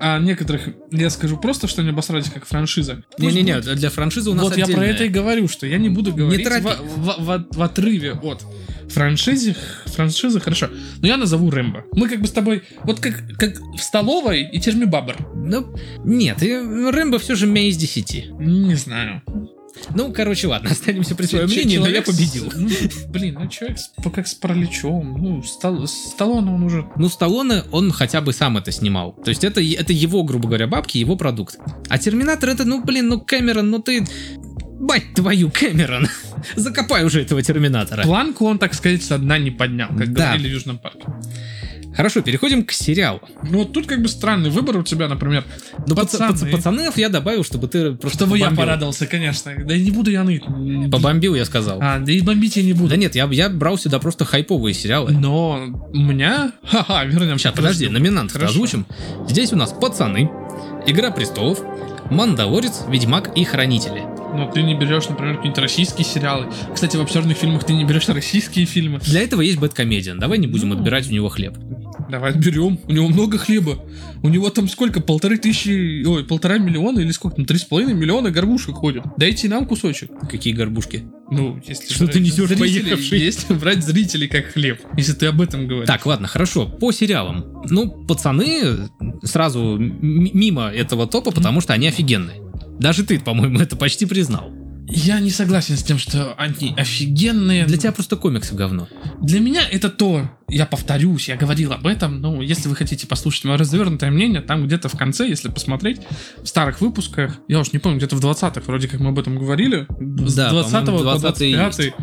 А некоторых я скажу просто, что они обосрались как франшиза. Пусть Не-не-не, будет. для франшизы у нас Вот я про отдельная. это и говорю, что я не буду говорить торопи. во- во- во- в отрыве от франшизы. Франшизы, хорошо. Но я назову Рэмбо. Мы как бы с тобой... Вот как, как в столовой и термибабр. Ну, нет, и Рэмбо все же меня из 10. Не знаю. Ну, короче, ладно, *laughs* останемся при своем Ч- мнении, но я человек с- победил. ну, блин, ну человек с- по- как с параличом. Ну, стал, Сталлоне он уже... Ну, Сталлоне, он хотя бы сам это снимал. То есть это, е- это его, грубо говоря, бабки, его продукт. А Терминатор это, ну, блин, ну, Кэмерон, ну ты... Бать твою, Кэмерон! *laughs* Закопай уже этого Терминатора. Планку он, так сказать, со дна не поднял, как Да. говорили в Южном парке. Хорошо, переходим к сериалу. Ну вот тут как бы странный выбор у тебя, например. Ну, паца- паца- Пацаны. пацанов я добавил, чтобы ты просто Чтобы я побомбил. порадовался, конечно. Да и не буду я ныть. Побомбил, я сказал. А, да и бомбить я не буду. Да нет, я, я брал сюда просто хайповые сериалы. Но у меня... Ха-ха, вернемся. Сейчас, подожди, номинант Хорошо. озвучим. Здесь у нас «Пацаны», «Игра престолов», «Мандалорец», «Ведьмак» и «Хранители». Но Ну, ты не берешь, например, какие-нибудь российские сериалы. Кстати, в обзорных фильмах ты не берешь российские фильмы. Для этого есть «Бэткомедиан». Давай не будем Ну. отбирать у него хлеб. Давай берем. У него много хлеба. У него там сколько? Полторы тысячи... Ой, полтора миллиона или сколько? Ну, три с половиной миллиона горбушек ходит. Дайте нам кусочек. Какие горбушки. Ну, если... Что брать ты несешь, зрителей, поехавший? Если *laughs* брать зрителей как хлеб. Если ты об этом говоришь. Так, ладно, хорошо. По сериалам. Ну, «Пацаны» сразу м- мимо этого топа, потому что они офигенные. Даже ты, по-моему, это почти признал. Я не согласен с тем, что они офигенные. Для тебя просто комиксы говно. Для меня это то, я повторюсь, я говорил об этом, но если вы хотите послушать мое развернутое мнение, там где-то в конце, если посмотреть, в старых выпусках, я уж не помню, где-то в 20-х, вроде как мы об этом говорили, с Да, 20 по-моему, по 20-е и 25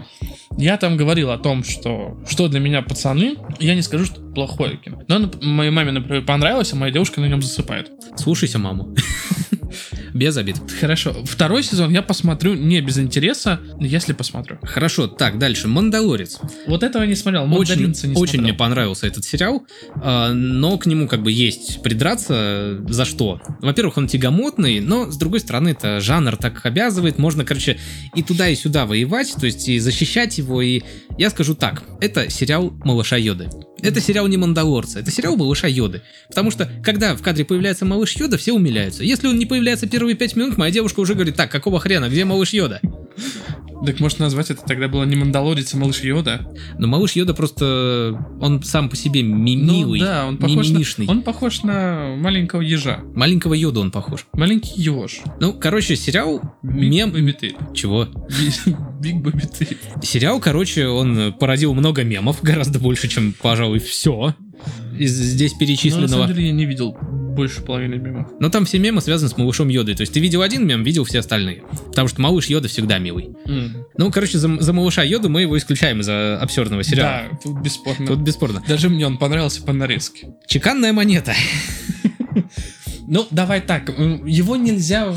я там говорил о том, что что для меня пацаны, я не скажу, что это плохое кино. Но нап- моей маме, например, понравилось, а моя девушка на нем засыпает. Слушайся маму. *laughs* Без обид. Хорошо, второй сезон я посмотрю не без интереса, если посмотрю. Хорошо, так, дальше. «Мандалорец». Вот этого я не смотрел, Очень, «Мандаринца» не очень смотрел. мне понравился этот сериал, а, но к нему как бы есть придраться э, за что. Во-первых, он тягомотный, но с другой стороны, это жанр так обязывает, можно, короче, и туда, и сюда воевать, то есть и защищать его, и я скажу так, это сериал «Малыша Йоды». Это сериал не «Мандалорца», это сериал «Малыша Йоды». Потому что, когда в кадре появляется «Малыш Йода», все умиляются. Если он не появляется первые пять минут, моя девушка уже говорит, так, какого хрена, где «Малыш Йода»? Так может назвать это тогда было не Мандалорец, а Малыш Йода? Но «Малыш Йода» просто, он сам по себе ми- Ну милый. да, он похож, на, мимишный. он похож на маленького ежа. Маленького Йода он похож. Маленький еж. Ну, короче, сериал... Мем Мем... Бэби *laughs* Тейл. Чего? Биг Бэби Тейл. Сериал, короче, он породил много мемов, гораздо больше, чем, пожалуй, все из здесь Но Ну, на самом перечисленного. деле я не видел больше половины мемов. Но там все мемы связаны с малышом Йодой. То есть ты видел один мем, видел все остальные. Потому что малыш Йода всегда милый. Ну, короче, за, за малыша Йоду мы его исключаем из э, обсердного сериала. Да, тут бесспорно. Тут бесспорно. Даже мне он понравился по нарезке. Чеканная монета. Ну, давай так, м, его нельзя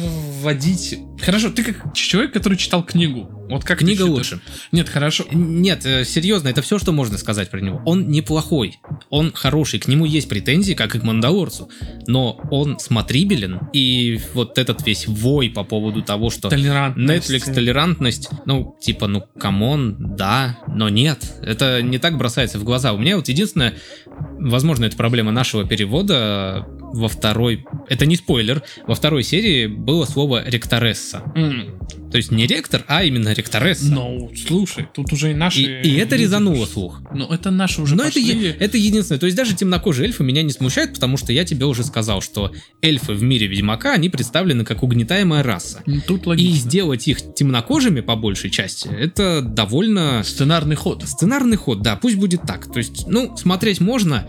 вводить... Хорошо, ты как человек, который читал книгу. Вот как ты Книга считаешь? лучше. Нет, хорошо. Нет, э, серьезно, это все, что можно сказать про него. Он неплохой, он хороший, к нему есть претензии, как и к Мандалорцу, но он смотрибелен, и вот этот весь вой по поводу того, что Толерантность. Netflix, толерантность, ну, типа, ну, камон, да, но нет, это не так бросается в глаза. У меня вот единственное, возможно, это проблема нашего перевода э, во второй, это не спойлер, во второй серии было слово ректоресса. М. То есть не ректор, а именно ректоресса. Ну, слушай, тут уже и наши... И, и это люди резануло слух. Ну, это наши уже Но это, пошли. е- это единственное. То есть даже темнокожие эльфы меня не смущают, потому что я тебе уже сказал, что эльфы в мире Ведьмака, они представлены как угнетаемая раса. Ну, Тут И логично. сделать их темнокожими по большей части, это довольно... Сценарный ход. Сценарный ход, да, пусть будет так. То есть, ну, смотреть можно,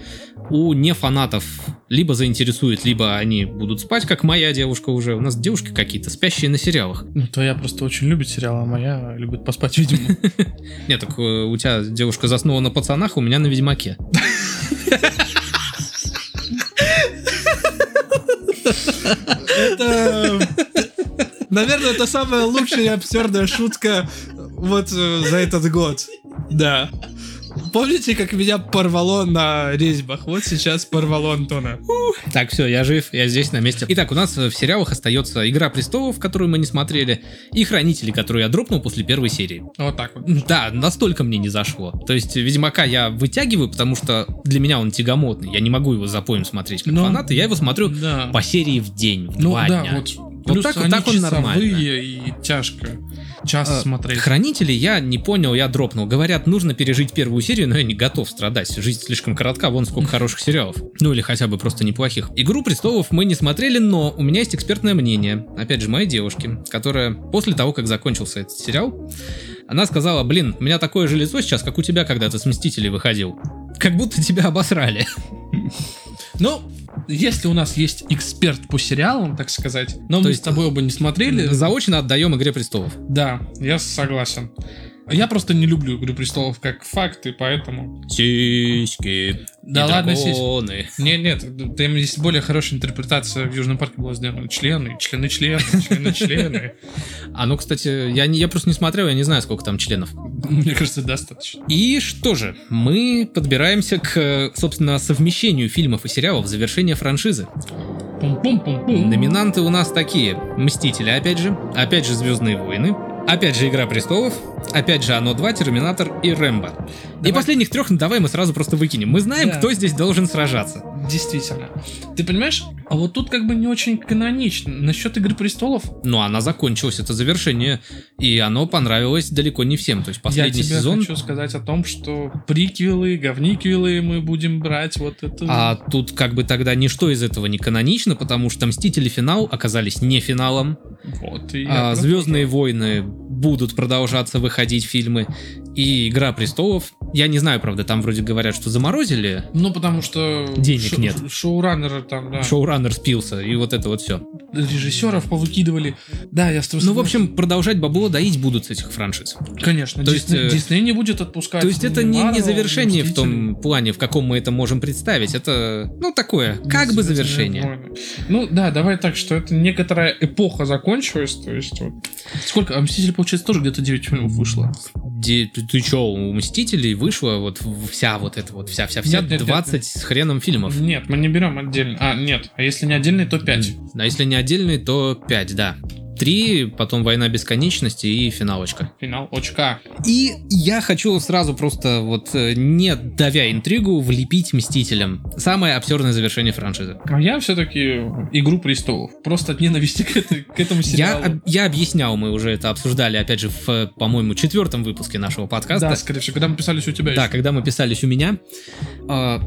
у не фанатов либо заинтересует, либо они будут спать, как моя девушка уже. У нас девушки какие-то, спящие на сериалах. Ну, твоя просто очень любит сериал, а моя любит поспать, видимо. Нет, так э, у тебя девушка заснула на пацанах, у меня на Ведьмаке. Это... Наверное, это самая лучшая и абсурдная шутка вот э, за этот год. Да. Помните, как меня порвало на резьбах? Вот сейчас порвало Антона. Так, все, я жив, я здесь на месте. Итак, у нас э, в сериалах остается Игра престолов, которую мы не смотрели, и Хранители, которую я дропнул после первой серии. Вот так вот. Да, настолько мне не зашло. То есть, Ведьмака я вытягиваю, потому что для меня он тягомотный. Я не могу его за поем смотреть как Но- фанат, и я его смотрю Ну, Да. по серии в день, в Ну два да, дня. вот. Вот Плюс так вот они так он нормально. часовые и тяжко. Час А, смотреть. Хранители я не понял, я дропнул. Говорят, нужно пережить первую серию, но я не готов страдать. Жизнь слишком коротка, вон сколько хороших сериалов. Ну или хотя бы просто неплохих. Игру престолов мы не смотрели, но у меня есть экспертное мнение. Опять же, моей девушки, которая после того, как закончился этот сериал, она сказала, блин, у меня такое же лицо сейчас, как у тебя, когда ты с Мстителей выходил. Как будто тебя обосрали. Ну, если у нас есть эксперт по сериалам, так сказать, но мы есть- с тобой оба не смотрели. Заочно отдаем Игре престолов. Да, я согласен. Я просто не люблю «Игру престолов» как факты, поэтому... Сиськи. Да и ладно, сесть. драконы. Нет, нет, там есть более хорошая интерпретация. В Южном парке была сделана члены, члены, члены, члены, члены. А ну, кстати, я, не, я просто не смотрел, я не знаю, сколько там членов. Мне кажется, достаточно. И что же, мы подбираемся к, э, собственно, совмещению фильмов и сериалов завершения франшизы. Пум-пум-пум-пум. Номинанты у нас такие. Мстители, опять же. Опять же, Звездные войны. Опять же, Игра престолов. Опять же, Оно 2, Терминатор и Рэмбо. И Давай. последних трех, ну давай мы сразу просто выкинем. Мы знаем, Да. кто здесь должен сражаться. Действительно. Ты понимаешь, а вот тут как бы не очень канонично. Насчет «Игры престолов» Но она закончилась, а это завершение. И оно понравилось далеко не всем. То есть последний я тебе сезон... хочу сказать о том, что приквелы, говниквелы мы будем брать вот это. А тут как бы тогда ничто из этого не канонично, потому что Мстители финал оказались не финалом. вот, и я А, просто- Звездные войны будут продолжаться выходить фильмы. И Игра престолов. Я не знаю, правда, там вроде говорят, что заморозили. Ну, потому что... Денег шо- нет. шо- Шоураннеры там, да. Шоураннер спился, и вот это вот все. Режиссеров повыкидывали. Да, я с тобой Ну, в согласен. общем, продолжать бабло доить будут с этих франшиз. Конечно, то Дисней, есть, э, Дисней не будет отпускать. То есть это ни не, не Марвел, завершение ни в том плане, в каком мы это можем представить. Это, ну, такое, как бы «Мстители», завершение. «Звездные войны». Ну да, давай так, что это некоторая эпоха закончилась, то есть вот. Сколько? А «Мстители», получается, тоже где-то 9 фильмов вышло. Ди- ты, че, у Мстителей вышла вот в- вся вот эта вот, вся-вся-вся, Нет, нет, нет, 20 нет. с хреном фильмов. Нет, мы не берем отдельно. А, нет. А если не отдельный, то 5. А если не отдельные, то 5, да. Три, потом «Война бесконечности» и финалочка. Финал очка. И я хочу сразу просто, вот э, не давя интригу, влепить «Мстителям». Самое абсурдное завершение франшизы. А я все-таки «Игру престолов». Просто от ненависти к, этой- к этому Я, сериалу. об- я объяснял, мы уже это обсуждали, опять же, в, э, по-моему, четвертом выпуске нашего подкаста. Да, скорее всего. Когда мы писались у тебя Да, ещё. когда мы писались у меня. э,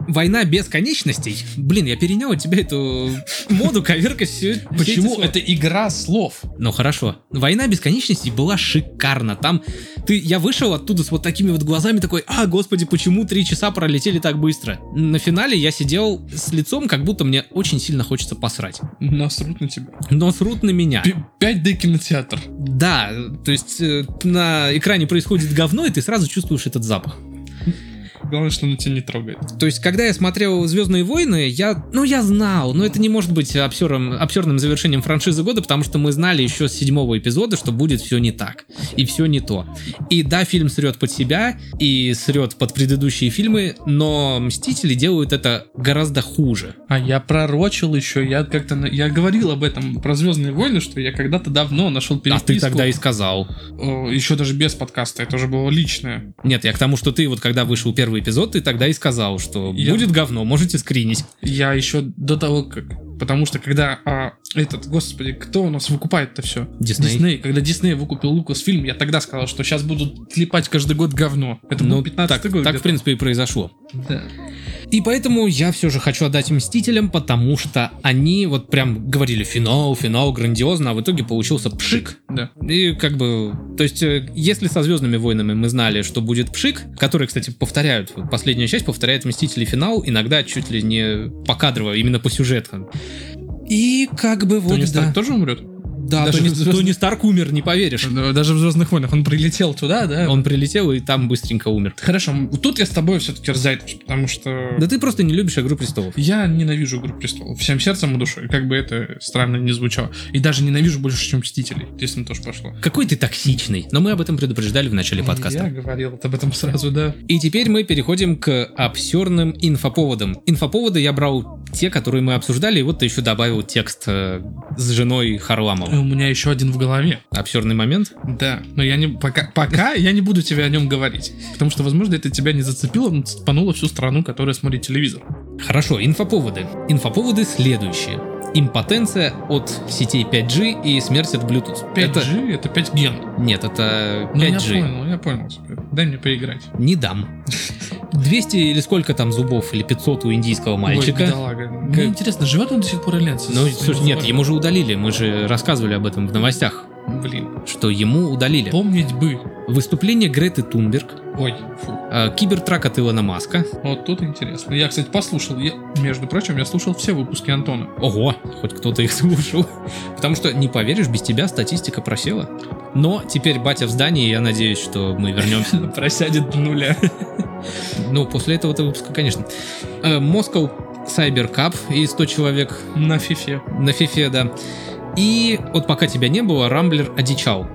Война бесконечностей. Блин, я перенял от тебя эту моду коверкать все. Почему это игра слов? Ну хорошо. Война бесконечностей была шикарна. Там ты, я вышел оттуда с вот такими вот глазами такой, а, господи, почему три часа пролетели так быстро? На финале я сидел с лицом, как будто мне очень сильно хочется посрать. Насрут на тебя. Но срут на меня. П- 5D кинотеатр. Да, то есть э, на экране происходит говно, и ты сразу чувствуешь этот запах. Главное, что он тебя не трогает. То есть, когда я смотрел «Звездные войны», я, ну, я знал, но это не может быть обсером, обсерным завершением франшизы года, потому что мы знали еще с седьмого эпизода, что будет все не так, и все не то. И да, фильм срет под себя, и срет под предыдущие фильмы, но «Мстители» делают это гораздо хуже. А я пророчил еще, я как-то, на- я говорил об этом про Звездные войны, что я когда-то давно нашел А переписку. ты тогда и сказал. еще даже без подкаста, это уже было личное. Нет, я к тому, что ты вот когда вышел первый эпизод, ты тогда и сказал, что Я- будет говно, можете скринить. Я еще до того, как... Потому что когда а, этот, господи, кто у нас выкупает-то все? Дисней. Когда Дисней выкупил Лукасфильм, я тогда сказал, что сейчас будут клепать каждый год говно. Это был Ну, 15 так, год. так в где-то. принципе и произошло. Да. И поэтому я все же хочу отдать Мстителям, потому что они вот прям говорили финал, финал, грандиозно, а в итоге получился пшик. Да. И как бы, то есть, э, если со Звездными войнами мы знали, что будет пшик, который, кстати, повторяют, вот последняя часть повторяет Мстители финал, иногда чуть ли не покадрово, именно по сюжету. И как бы вот, Тони Старк да. тоже умрет? Да, даже Тони, в «Звездных- Тони Старк умер, не поверишь. Даже в Звездных войнах он прилетел туда, *laughs* да? Он прилетел и там быстренько умер. Хорошо, м, тут я с тобой все-таки разойдусь, потому что... Да ты просто не любишь Игру Престолов. Я ненавижу «Игру престолов» всем сердцем и душой, как бы это странно не звучало. И даже ненавижу больше, чем «Мстителей», если на то же пошло. Ну, Какой ты токсичный. Но мы об этом предупреждали в начале подкаста. Я говорил вот об этом сразу, да. И теперь мы переходим к обсерным инфоповодам. Инфоповоды я брал те, которые мы обсуждали, и вот ты еще добавил текст э, с женой И Харламова. у меня еще один в голове. Обсерный момент? Да, но я не пока, пока я не буду тебе о нем говорить, потому что, возможно, это тебя не зацепило, но цепануло всю страну, которая смотрит телевизор. Хорошо, инфоповоды. Инфоповоды следующие. Импотенция от сетей 5G и смерть от Bluetooth. 5G это, 5 ген. Это... Нет, это Ну, я 5G. понял, я понял. тебя. Дай мне поиграть. Не дам. 200 или сколько там зубов, или 500 у индийского Ой, мальчика. бедолага. Мне Г- интересно, живет он до сих пор или нет? Ну, слушай, нет, ему же удалили, мы же рассказывали об этом в новостях, Блин, что ему удалили. помнить бы. Выступление Греты Тунберг, Ой, фу. э, кибертрак от Илона Маска. Вот тут интересно. Я, кстати, послушал. Я, между прочим, я слушал все выпуски Антона. *laughs* Ого, хоть кто-то их слушал. Потому что, не поверишь, без тебя статистика просела. Но теперь батя в здании, и я надеюсь, что мы вернемся *laughs* Просядет до нуля. *laughs* Ну, после этого выпуска, конечно. Э, Москов Cyber Cup и 100 человек На фифе. на фифе, да. И вот пока тебя не было, Рамблер одичал.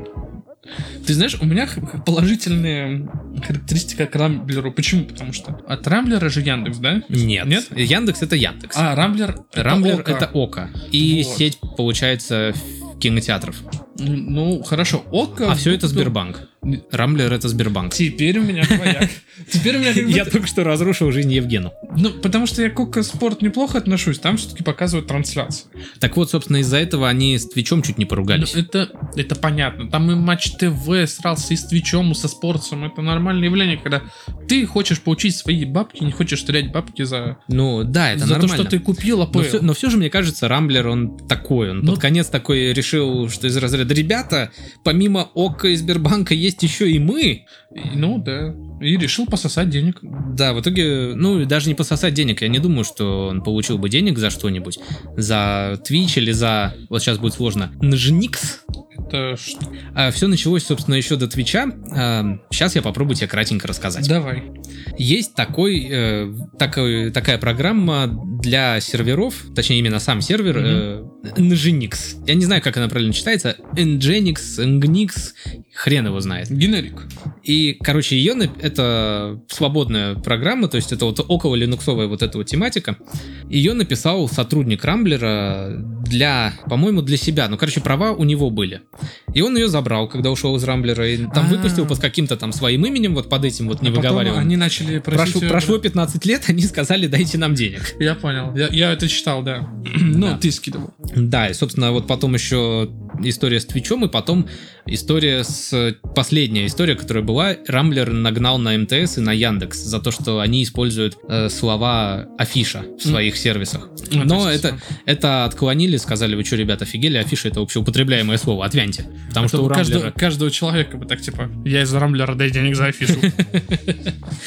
Ты знаешь, у меня х- положительная характеристика к Рамблеру. Почему? Потому что от Рамблера же Яндекс, да? Нет. Нет? Яндекс это Яндекс. А, Рамблер это Рамблер Ока. это Ока. И Вот. сеть, получается, ф- кинотеатров. Ну, хорошо, Ока... А все это Сбербанк. Рамблер это Сбербанк. Теперь у меня *laughs* двояк. Теперь у меня как будто- только что разрушил жизнь Евгену. Ну, потому что я к Ока Спорт неплохо отношусь, там все-таки показывают трансляции. Так вот, собственно, из-за этого они с Твичом чуть не Ну, поругались. это, это понятно. Там и матч ТВ срался и с Твичом, и со спортсом. Это нормальное явление, когда ты хочешь получить свои бабки, не хочешь терять бабки за, Ну да, это за то, нормально. Ну, что ты купил АПЛ. Но все, же, мне кажется, Рамблер, он такой. Он Ну- под конец такой решил, что из разряда «Ребята, помимо ОККО и Сбербанка есть еще и мы». И- Ну да. И решил пососать денег. Да, в итоге, ну, и даже не пососать денег. Я не думаю, что он получил бы денег за что-нибудь. За Twitch или за... Вот сейчас будет сложно. Нжникс. Это ш- все началось, собственно, еще до Твича. сейчас я попробую тебе кратенько рассказать. Давай. Есть такой, э, такой- такая программа для серверов, точнее именно сам сервер, э, Nginx. Я не знаю, как она правильно читается. Nginx, Nginx, хрен его знает. Генерик. И, короче, ее нап- это свободная программа, то есть это вот около линуксовая вот эта вот тематика. Ее написал сотрудник Рамблера для, по-моему, для себя. Ну, короче, права у него были. И он ее забрал, когда ушел из Рамблера, и там А. выпустил под каким-то там своим именем, вот под этим вот не А потом выговариваем. Они начали просить... Прошу- её- прошло 15 лет, они сказали, дайте нам денег. Я понял. Я, я это читал, да. *clears throat* Но Да. ты скидывал. Да, и, собственно, вот потом еще история с Твичом, и потом история с... Последняя история, которая была, Рамблер нагнал на МТС и на Яндекс за то, что они используют э, слова афиша в своих сервисах. Ну, Но то есть, это, это отклонили, сказали, вы что, ребята, офигели, афиша это общеупотребляемое слово, отвяньте. Потому что Чтобы у каждого, Рамблера... каждого человека бы так, типа, я из Рамблера, дай денег за *laughs* афишу.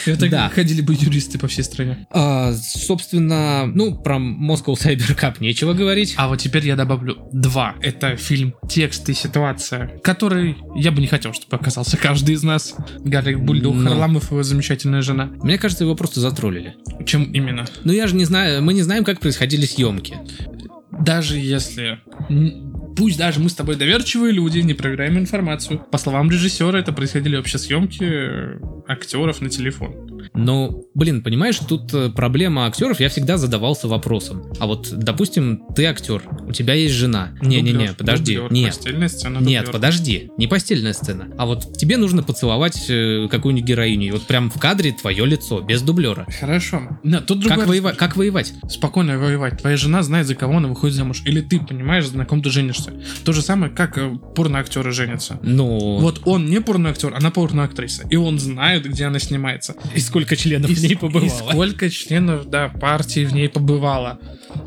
И так Да. ходили бы юристы по всей стране. А, собственно, ну, про Moscow Cyber Cup нечего говорить. А вот теперь я добавлю два. Это фильм «Текст и ситуация», который я бы не хотел, чтобы оказался каждый из нас. Гарик Бульдог, Ну. Харламов и его замечательная жена. Мне кажется, его просто затроллили. Чем именно? Ну, я же не знаю, мы не знаем, как происходили съемки. Даже если... м, Пусть даже мы с тобой доверчивые люди, не проверяем информацию. По словам режиссера, это происходили вообще съемки э, актеров на телефон. Но, блин, понимаешь, тут э, проблема актеров, я всегда задавался вопросом. А вот, допустим, ты актер, у тебя есть жена. Не-не-не, Дублер, подожди, дублер, нет. постельная сцена, Нет, дублер. подожди, не постельная сцена. А вот тебе нужно поцеловать э, какую-нибудь героиню. И вот прям в кадре твое лицо, без дублера. Хорошо. Да, тут другой Как, раз- воева- как воевать? Спокойно воевать. Твоя жена знает, за кого она выходит замуж. Или ты понимаешь, на ком ты женишься. То же самое, как э, порноактеры женятся. Ну, Вот он не порноактер, она порноактриса. И он знает, где она снимается. и сколько членов И в ней ск- И побывало. сколько членов, да, партии в ней побывало.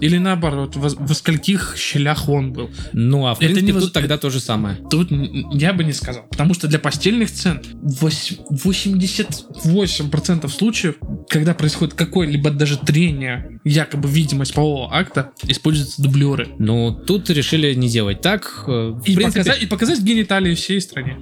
Или наоборот, во, во скольких щелях он был. Ну, а в Это принципе, не воз- тут тогда то же самое. Тут н- я бы не сказал. Потому что для постельных сцен вось- 88% случаев, когда происходит какое-либо даже трение, якобы видимость полового акта, используются дублеры. Ну, тут решили не делать так. э, В И, принципе, показать, и показать гениталии всей стране.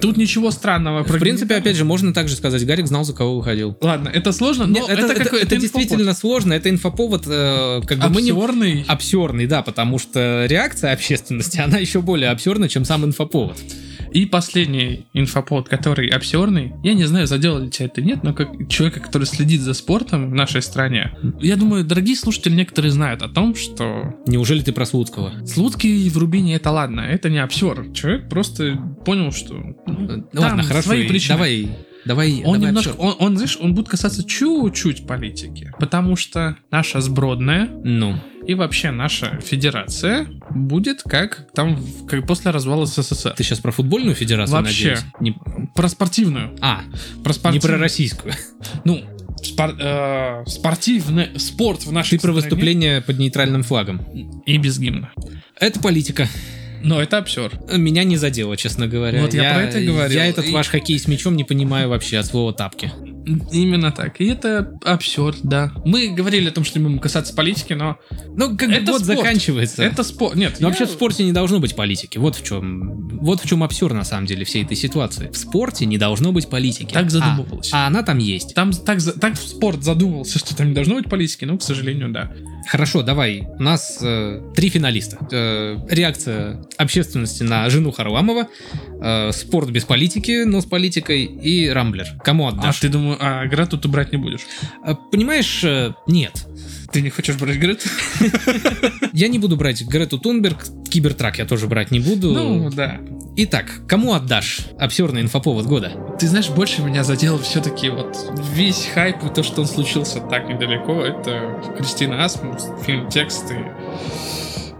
Тут ничего странного. А в принципе, опять же, можно также сказать, Гарик знал, за кого выходил. Ладно, Ну, это сложно, но Нет, это, это- какой- это инфоповод. действительно сложно, это инфоповод, э, как бы мы не Обсерный. обсерный, да, потому что реакция общественности, *laughs* она еще более обсерна, чем сам инфоповод. И последний инфопод, который обсерный. Я не знаю, задел ли тебя это нет, но как человека, который следит за спортом в нашей стране, я думаю, дорогие слушатели некоторые знают о том, что Неужели ты про Слуцкого? Слуцкий и Врубини это ладно, это не обсер. Человек просто понял, что... ну, Ну, там Ладно, хорошо, свои и причины. давай, давай, Он давай немножко, обсер. он, он, знаешь, он будет касаться чуть-чуть политики, потому что наша сбродная Ну, И вообще наша федерация будет как там в- как после развала СССР. ты сейчас про футбольную федерацию, Вообще. надеюсь? Не- Про спортивную. а, Про не спортивную. про российскую. Ну, спор- э, спортивный спорт в нашей Ты про стране. выступление под нейтральным флагом. И без гимна. Это политика. Но это обсер. Меня не задело, честно говоря. Вот я про это и говорил. Я этот И- ваш хоккей с мячом не понимаю вообще от слова тапки. Именно так. И это абсурд, да. Мы говорили о том, что не будем касаться политики, но Ну, как бы Это год спорт. заканчивается. это спор... Нет, Но я- Ну, вообще в спорте не должно быть политики. Вот в чем, вот в чем абсурд на самом деле всей этой ситуации. В спорте не должно быть политики. Так А- задумывалось. А, она там есть. Там так, за- так спорт задумывался, что там не должно быть политики, но, к сожалению, да. Хорошо, давай. У нас э, три финалиста. Э, реакция общественности на жену Харламова, э, спорт без политики, но с политикой и Рамблер. Кому А отдашь? ты думаю, а Грету ты брать не будешь. Э, понимаешь, э, нет. Ты не хочешь брать Грету? Я не буду брать Грету Тунберг, Кибертрак я тоже брать не буду. Ну, да. Итак, кому отдашь обсерный инфоповод года? Ты знаешь, больше меня задело все-таки вот весь хайп и то, что он случился так недалеко. Это Кристина Асмус, фильм «Текст» и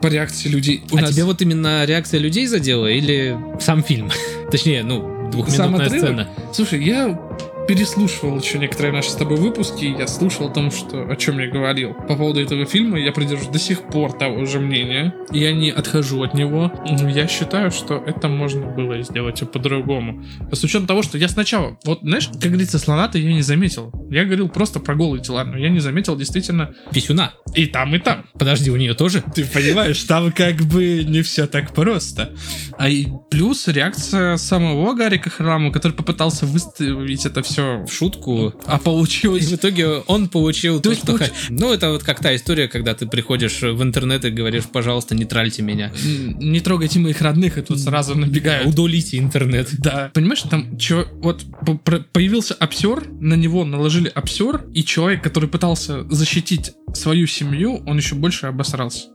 по реакции людей. У а нас- тебе вот именно реакция людей задела или сам фильм? *laughs* Точнее, ну, двухминутная отрывок? сцена. Слушай, я переслушивал еще некоторые наши с тобой выпуски, и я слушал о том, что, о чем я говорил. По поводу этого фильма я придерживаюсь до сих пор того же мнения. Я не отхожу от него. Но Я считаю, что это можно было сделать и по-другому. А С учетом того, что я сначала, вот знаешь, как говорится, слона-то я не заметил. Я говорил просто про голые тела, но я не заметил действительно Писюна. и там, и там. Подожди, у нее тоже? Ты понимаешь, там как бы не все так просто. А и плюс реакция самого Гарика Харламова, который попытался выставить это все В шутку. а И получилось в итоге он получил То то, есть что получ- хо- Ну, это вот как та история, когда ты приходишь в интернет и говоришь, пожалуйста, не тральте меня. Н- не трогайте моих родных, и тут сразу набегают. Удалите интернет. Да. Понимаешь, там чё, вот по- про- появился обсер, на него наложили обсер, и человек, который пытался защитить свою семью, он еще больше обосрался.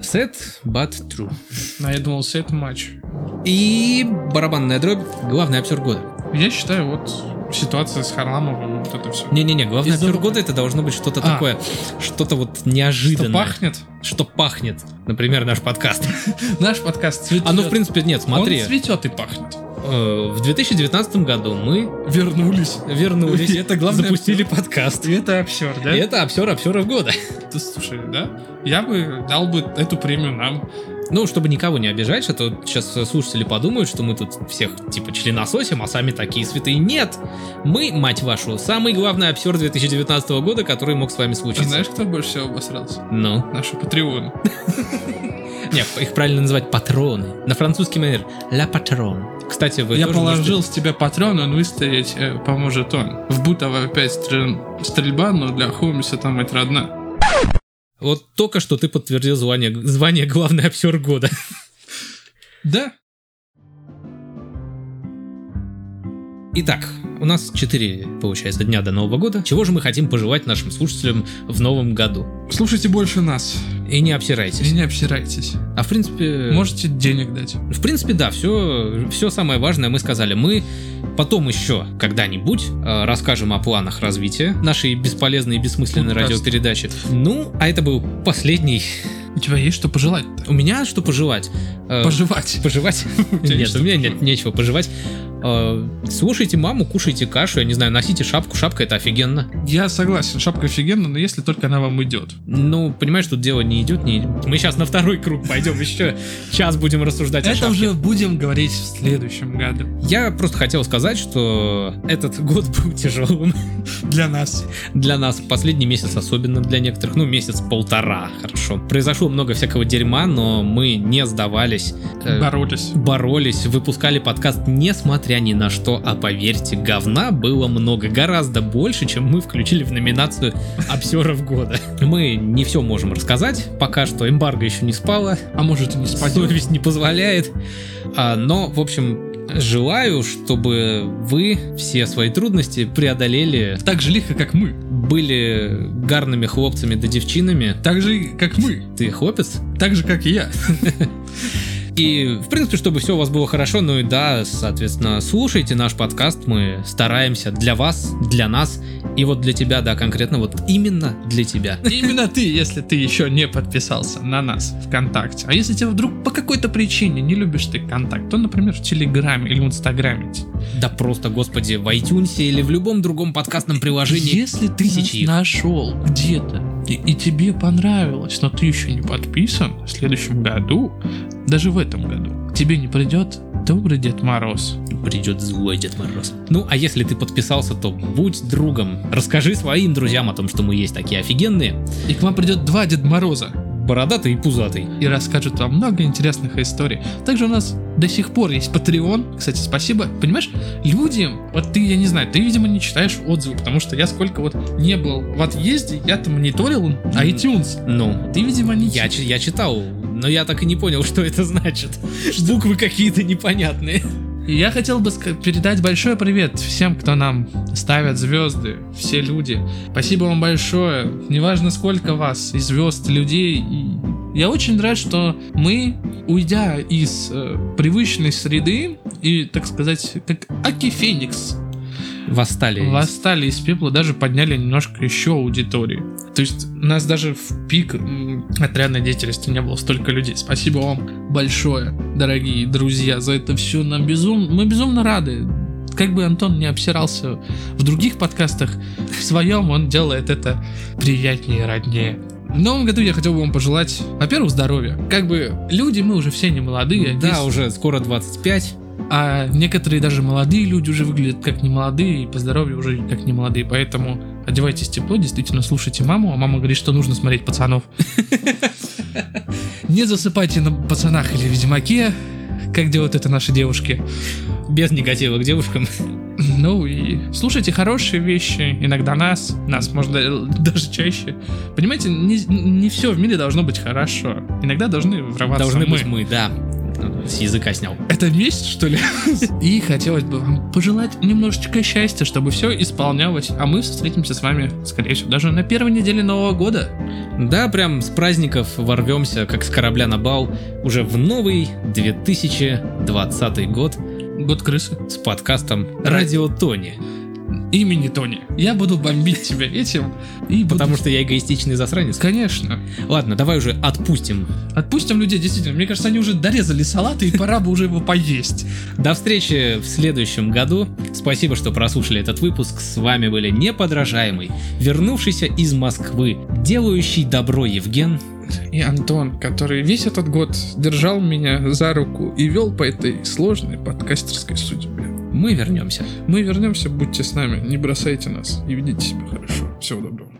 Sad, but true. А я думал, все это матч. И барабанная дробь. Главный обсер года. Я считаю, вот ситуация с Харламовым, вот это все. Не-не-не, главный Из-за обсер того- года это должно быть что-то А. такое. Что-то вот неожиданное. Что пахнет? Что пахнет. Например, наш *laughs* подкаст. Наш подкаст цветет. А ну, в принципе, нет, смотри. Он цветет и пахнет. Э, В 2019 году мы Вернулись. вернулись, И *laughs* это главное- запустили подкаст. И это обсер, да? И это обсер обсеров года. Ты слушай, да? Я бы дал бы эту премию нам. *laughs* Ну, чтобы никого не обижать, а то сейчас слушатели подумают, что мы тут всех типа членососим, а сами такие святые. Нет! Мы, мать вашу, самый главный обсер 2019 года, который мог с вами Ты случиться. знаешь, кто больше всего обосрался? Ну. Наши патреоны. Нет, их правильно называть патроны. На французский манер. Ля патрон. Кстати, вы Я тоже положил можете- с тебя патрон, он выстрелить э, поможет он. В Бутово опять стрел- стрельба, но для Хомиса там мать родна. Вот только что ты подтвердил звание, звание главный обсер года. Да. Итак, у нас 4, получается, дня до Нового года. Чего же мы хотим пожелать нашим слушателям в Новом году? Слушайте больше нас И не и обсирайтесь. не обсирайтесь. А в принципе... Можете денег дать. В принципе, да, все, все самое важное мы сказали. Мы потом еще когда-нибудь э, расскажем о планах развития нашей бесполезной и бессмысленной Подкаст. радиопередачи. Ну, а это был последний. У тебя есть что пожелать-то? У меня что пожелать? Э, Пожевать. Пожевать? тебя Нет, что *laughs* у меня нет нечего пожевать. Э, Слушайте маму, кушайте кашу, я не знаю, носите шапку, шапка это офигенно. Я согласен, шапка офигенна, но если только она вам идет. Ну, понимаешь, тут дело не идет, не... Мы сейчас на второй круг пойдем, еще час будем рассуждать о Это шапке. уже будем говорить в следующем году. Я просто хотел сказать, что этот год *laughs* был тяжелым Для нас. для нас. Последний месяц особенно для некоторых. Ну, месяц-полтора, хорошо. Произошло много всякого дерьма, но мы не сдавались. э, Боролись. боролись, выпускали подкаст, несмотря ни на что, а поверьте, говна было много, гораздо больше, чем мы включили в номинацию обсеров года. *laughs* Мы не все можем рассказать, пока что эмбарго еще не спала, А может и не спать. совесть не позволяет. А, но, в общем, желаю, чтобы вы все свои трудности преодолели, Так же лихо, как мы. были гарными хлопцами да девчинами. Так же, как мы. Ты хлопец? Так же, как и я. И, в принципе, чтобы все у вас было хорошо, ну и да, соответственно, слушайте наш подкаст, мы стараемся для вас, для нас, и вот для тебя, да, конкретно вот именно для тебя. *laughs* Именно ты, если ты еще не подписался на нас ВКонтакте. А если тебя вдруг по какой-то причине не любишь ты контакт, то, например, в Телеграме или в Инстаграме. Да просто, господи, в iTunes или в любом другом подкастном приложении. Если ты тысячи их. нас нашел где-то и, и тебе понравилось, но ты еще не подписан, в следующем году, даже в этом году, к тебе не придет добрый Дед Мороз. придет злой Дед Мороз. Ну, а если ты подписался, то будь другом. Расскажи своим друзьям о том, что мы есть такие офигенные, И к вам придет два Дед Мороза. бородатый и пузатый. и расскажут вам много интересных историй. Также у нас до сих пор есть Patreon. Кстати, спасибо. Понимаешь, люди, вот ты, я не знаю, ты, видимо, не читаешь отзывы, потому что я сколько вот не был в отъезде, я-то мониторил а iTunes. Ну, Ты, видимо, не я, чит- чи- я читал, но я так и не понял, *laughs* что это значит. Буквы какие-то непонятные. И я хотел бы ска- передать большой привет всем, кто нам ставят звезды, все люди. Спасибо вам большое. Неважно, сколько вас, и звезд, и людей. И я очень рад, что мы, уйдя из э, привычной среды и, так сказать, как Аки Феникс, Восстали. восстали из пепла, даже подняли немножко еще аудитории. То есть у нас даже в пик м, отрядной деятельности не было столько людей. Спасибо вам большое, дорогие друзья, за это все. Нам безум... Мы безумно рады. Как бы Антон не обсирался в других подкастах, в своем он делает это приятнее и роднее. В новом году я хотел бы вам пожелать, во-первых, здоровья. Как бы люди, мы уже все не молодые. Да, Есть- уже скоро 25. а некоторые даже молодые люди уже выглядят как не молодые, и по здоровью уже как не молодые. Поэтому одевайтесь тепло, действительно слушайте маму, а мама говорит, что нужно смотреть *laughs* пацанов. Не засыпайте на пацанах или ведьмаке, как делают это наши девушки. Без негатива к девушкам. Ну и слушайте хорошие вещи, иногда нас, нас, может, да- *laughs* даже чаще. Понимаете, не, все в мире должно быть хорошо. Иногда должны врываться Должны мы. быть мы, да. С языка снял. Это месть, что ли? И хотелось бы вам пожелать немножечко счастья, чтобы все исполнялось. А мы встретимся с вами, скорее всего, даже на первой неделе Нового года. Да, прям с праздников ворвемся, как с корабля на бал, уже в новый 2020 год Год крысы. с подкастом «Радио Тони», Имени Тони. Я буду бомбить тебя этим. И буду- потому что я эгоистичный засранец. Конечно. Ладно, давай уже отпустим. Отпустим людей, действительно. Мне кажется, они уже дорезали салаты, и пора бы уже его поесть. До встречи в следующем году. Спасибо, что прослушали этот выпуск. С вами были неподражаемый, вернувшийся из Москвы, делающий добро Евген. И Антон, который весь этот год держал меня за руку и вел по этой сложной подкастерской судьбе. Мы вернемся. Мы вернемся, будьте с нами, не бросайте нас и ведите себя хорошо. Всего доброго.